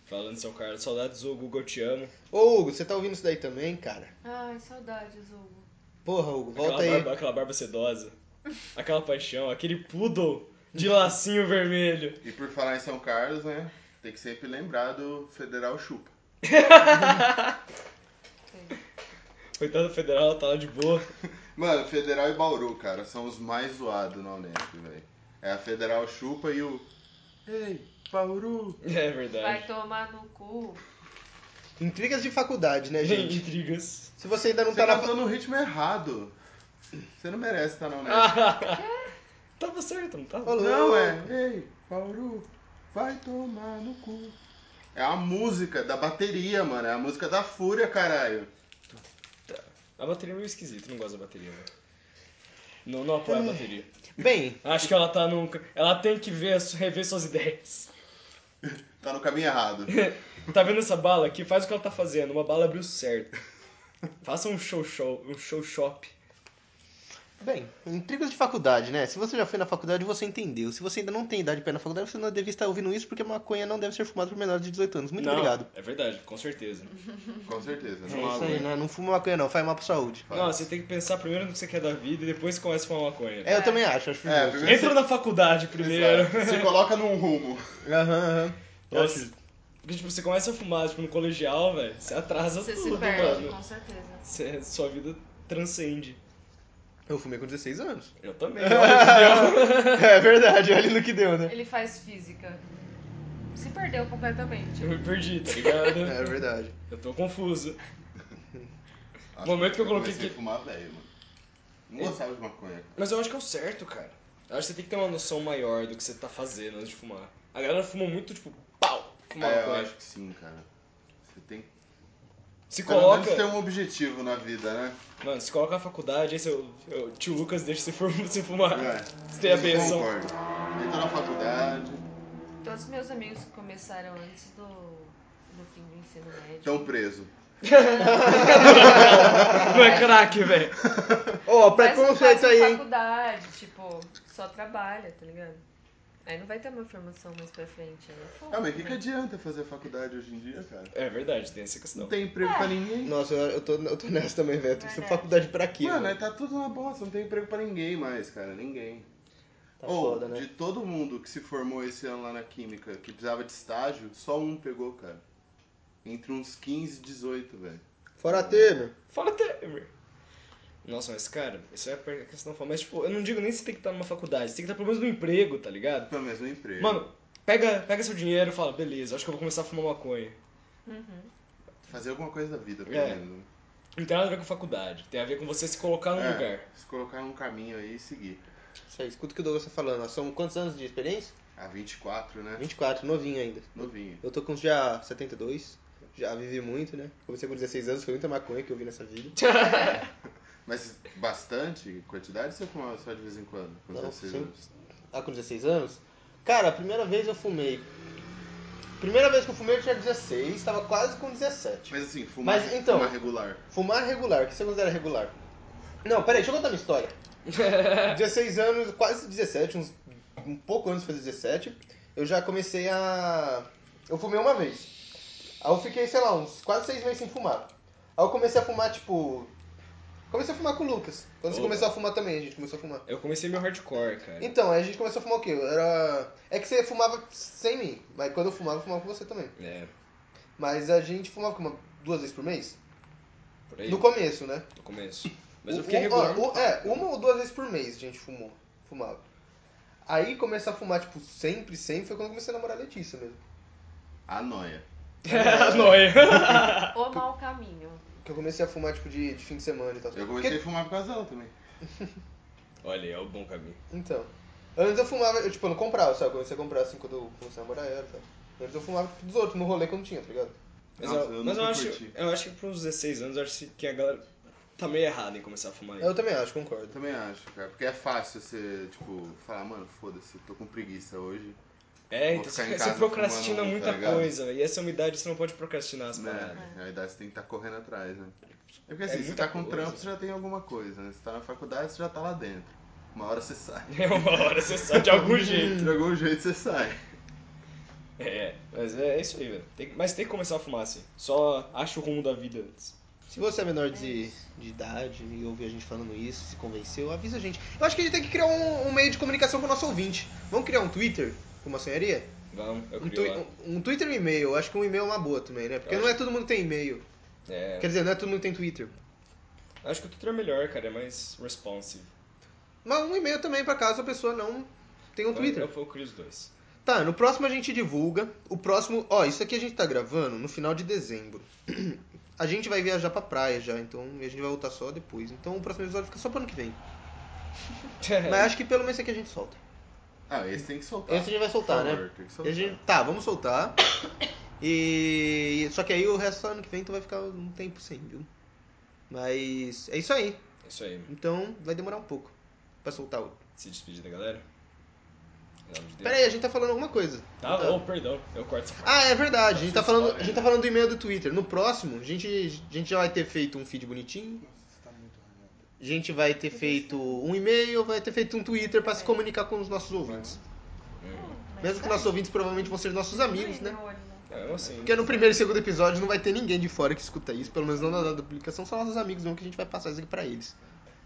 Falando de São Carlos, saudades, ô Google, eu te amo. Ô, Hugo, você tá ouvindo isso daí também, cara? Ai, saudades, Hugo. Porra, Hugo, volta aquela aí. Barba, aquela barba sedosa. Aquela paixão, aquele poodle de lacinho vermelho. E por falar em São Carlos, né? Tem que sempre lembrar do Federal Chupa. Coitado federal, tá lá de boa. Mano, Federal e Bauru, cara, são os mais zoados na Unesp, velho. É a Federal Chupa e o. Ei, Bauru! É Vai verdade. tomar no cu. Intrigas de faculdade, né, Gente, gente? intrigas. Se você ainda não Você tá na... cantou no ritmo errado. Você não merece estar na Unesp. Tava certo, não tava? Ô, louco. Não, é. Ei, Bauru, vai tomar no cu. É a música da bateria, mano. É a música da fúria, caralho. A bateria é meio esquisita, não gosto da bateria, velho. Não, não apoio a bateria. Bem, Acho que ela tá nunca. Ela tem que ver, rever suas ideias. Tá no caminho errado. Tá vendo essa bala aqui? Faz o que ela tá fazendo. Uma bala abriu certo. Faça um show show, um show shop. bem, intrigas de faculdade, né? Se você já foi na faculdade, você entendeu. Se você ainda não tem idade pra ir na faculdade, você não devia estar ouvindo isso, porque maconha não deve ser fumada por menores de 18 anos. Muito Não, obrigado. É verdade, com certeza. Com certeza. É Não há isso aí, né? Não fuma maconha não, faz mal pra saúde. Faz. Não, você tem que pensar primeiro no que você quer da vida e depois começa a fumar maconha. É, eu também acho, acho É, justo. primeiro Entra na faculdade primeiro. você, você coloca num rumo. Aham, aham. Eu acho Nossa. Porque, tipo, você começa a fumar, tipo, no colegial, velho, você atrasa Você tudo, se perde, mano. com certeza. Você- sua vida transcende. Eu fumei com 16 anos. Eu também. olha. é verdade, olha no que deu, né? Ele faz física. Se perdeu completamente. eu me perdi, tá ligado? É verdade. Eu tô confuso. No momento que eu coloquei comecei que- a fumar velho, mano. Não gostava de maconha. Mas eu acho que é o certo, cara. Eu acho que você tem que ter uma noção maior do que você tá fazendo antes de fumar. A galera fuma muito, tipo, pau, fuma É, eu maconha. acho que sim, cara. Você tem que. Se Pelo menos coloca... tem um objetivo na vida, né? Mano, se coloca na faculdade, aí seu seu tio Lucas deixa você fumar. Você, fumar. É. você tem a benção. Concordo. Entra na faculdade. Todos os meus amigos que começaram antes do, do fim do ensino médio. Então, Estão preso. Não é craque, velho. Ó, Mas não tá preconceito fazem aí, hein? faculdade, tipo, só trabalha, tá ligado? Aí não vai ter uma formação mais pra frente. Aí é foda. Ah, mas o que, que né? adianta fazer faculdade hoje em dia, cara? É verdade, tem essa Não questão. tem emprego É. pra ninguém. Nossa, eu, eu tô, eu tô nessa também, velho. Tem que ser Verdade. faculdade pra quê? Mano, é, mano? tá tudo na bosta, não tem emprego pra ninguém mais, cara. Ninguém. Tá Ou, foda, né? de todo mundo que se formou esse ano lá na Química, que precisava de estágio, só um pegou, cara. Entre uns 15 e 18, velho. Fora Temer. Fora Temer. Nossa, mas cara, isso é a questão fala. Mas tipo, eu não digo nem se tem que estar numa faculdade, você tem que estar pelo menos no emprego, tá ligado? Pelo menos no É emprego. Mano, pega, pega seu dinheiro e fala, beleza, acho que eu vou começar a fumar maconha. Fazer alguma coisa da vida, pelo É. menos. né? Não tem nada a ver com faculdade, tem a ver com você se um colocar num É, lugar. Se colocar num caminho aí e seguir. Isso aí, escuta o que o Douglas tá falando. Nós somos quantos anos de experiência? A 24, né? 24, novinho ainda. Novinho. Eu tô com já 72, já vivi muito, né? Comecei com 16 anos, foi muita maconha que eu vi nessa vida. Mas bastante quantidade você fumava só de vez em quando? Com Não, 16 sim. anos? Ah, com 16 anos? Cara, a primeira vez eu fumei. Primeira vez que eu fumei eu tinha 16, tava quase com 17. Mas assim, fumar, Mas, então- fumar regular. Fumar regular, o que você considera regular? Não, peraí, deixa eu contar minha história. 16 anos, quase 17, uns, um pouco antes de fazer 17, eu já comecei a. Eu fumei uma vez. Aí eu fiquei, sei lá, uns quase seis meses sem fumar. Aí eu comecei a fumar, tipo. Comecei a fumar com o Lucas. Quando você Opa. começou a fumar também, a gente começou a fumar. Eu comecei meu hardcore, cara. Então, aí a gente começou a fumar o quê? Eu Era... É que você fumava sem mim, mas quando eu fumava, eu fumava com você também. É, Mas a gente fumava como, duas vezes por mês? por aí, No no, começo, né? começo. Mas eu Um- fiquei um- regular. ó, um- é, uma ou duas vezes por mês a gente fumou, fumava. Aí começar a fumar, tipo, sempre, sempre, foi quando eu comecei a namorar a Letícia mesmo. A noia. Noia. O mau caminho. Que eu comecei a fumar, tipo, de, de fim de semana e tal. Eu comecei Porque- a fumar por causa dela também. Olha, aí, é o bom caminho. Então. Antes eu fumava, eu, tipo, eu não comprava, sabe? Eu comecei a comprar assim quando eu comecei a namorar ela e tal. Antes eu fumava tipo, dos outros, no rolê quando tinha, tá ligado? Mas, Nossa, eu, eu mas eu nunca acho, curti. eu acho que pros 16 anos eu acho que a galera tá meio errada em começar a fumar aí. Eu também acho, Eu concordo. também acho, cara. Porque é fácil você, tipo, falar, mano, foda-se, eu tô com preguiça hoje. É, Vou então ficar você, em você casa procrastina fumando, muita tá ligado? coisa, velho. E essa é uma idade que você não pode procrastinar as paradas. Né? Na idade você tem que estar correndo atrás, né? É porque É assim, você muita tá com coisa. trampo, você já tem alguma coisa, né? Você tá na faculdade, você já tá lá dentro. Uma hora você sai. É uma hora você sai de algum jeito. De algum jeito você sai. É, mas é, é isso aí, velho. Tem- mas tem que começar a fumar, assim. Só acha o rumo da vida antes. Se você é menor de, de idade e ouvir a gente falando isso, se convenceu, avisa a gente. Eu acho que a gente tem que criar um, um meio de comunicação com o nosso ouvinte. Vamos criar um Twitter? Uma sonharia? Vamos, eu Um, queria twi- lá. um- um Twitter e um e-mail. Eu Acho que um e-mail é uma boa também, né? Porque Eu não é todo mundo que tem e-mail. É, Quer dizer, não é todo mundo que tem Twitter. acho que o Twitter é melhor, cara. É mais responsive. Mas um e-mail também, pra caso a pessoa não tenha um Twitter. Eu, eu, eu crio os dois. Tá, no próximo a gente divulga. O próximo, ó, isso aqui a gente tá gravando no final de dezembro. A gente vai viajar pra praia já, então e a gente vai voltar só depois. Então o próximo episódio fica só pro ano que vem. É. Mas acho que pelo menos esse aqui a gente solta. Ah, esse tem que Tá. soltar. Esse a gente vai soltar, Por né? favor, Tem que E soltar. a gente- tá, vamos soltar. E só que aí o resto só ano que vem então vai ficar um tempo sem, viu? Mas é isso aí. É Isso aí. Então vai demorar um pouco pra soltar o. Se despedir da galera. Em nome de Deus. Pera aí, a gente tá falando alguma coisa. Tá, Então- oh, perdão. Eu corto essa parte. Ah, é verdade. A gente tá Nossa, falando, história, a gente tá né? falando do e-mail do Twitter. No próximo, a gente, a gente já vai ter feito um feed bonitinho. A gente vai ter feito um e-mail, vai ter feito um Twitter pra se comunicar com os nossos ouvintes. Mesmo que nossos ouvintes provavelmente vão ser nossos amigos, né? É, eu assim. Porque no primeiro e segundo episódio não vai ter ninguém de fora que escuta isso, pelo menos não na data da publicação, são nossos amigos mesmo que a gente vai passar isso aqui pra eles.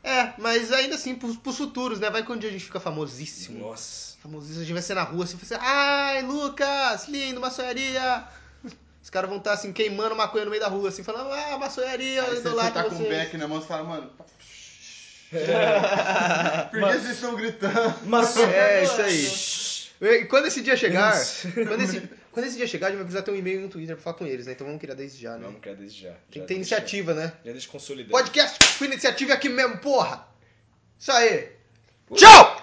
É, mas ainda assim, pros, pros futuros, né? Vai que um dia a gente fica famosíssimo. Nossa. Famosíssimo, a gente vai ser na rua assim, vai ser, ai, Lucas, lindo, maçonharia! Os caras vão estar assim, queimando maconha no meio da rua, assim, falando, ah, maçonharia, Aí eu você, você idolatro tá com o vocês. beck na mão, você fala, mano, por é que Mas- vocês estão gritando? Mas É, isso aí. E quando esse dia chegar, quando esse, quando esse dia chegar, a gente vai precisar ter um e-mail e um Twitter pra falar com eles, né? Então vamos criar desde já, né? Vamos criar desde já. Tem Já que ter deixa- iniciativa, né? Já deixa consolidado. Podcast com iniciativa é aqui mesmo, porra! Isso aí! Tchau!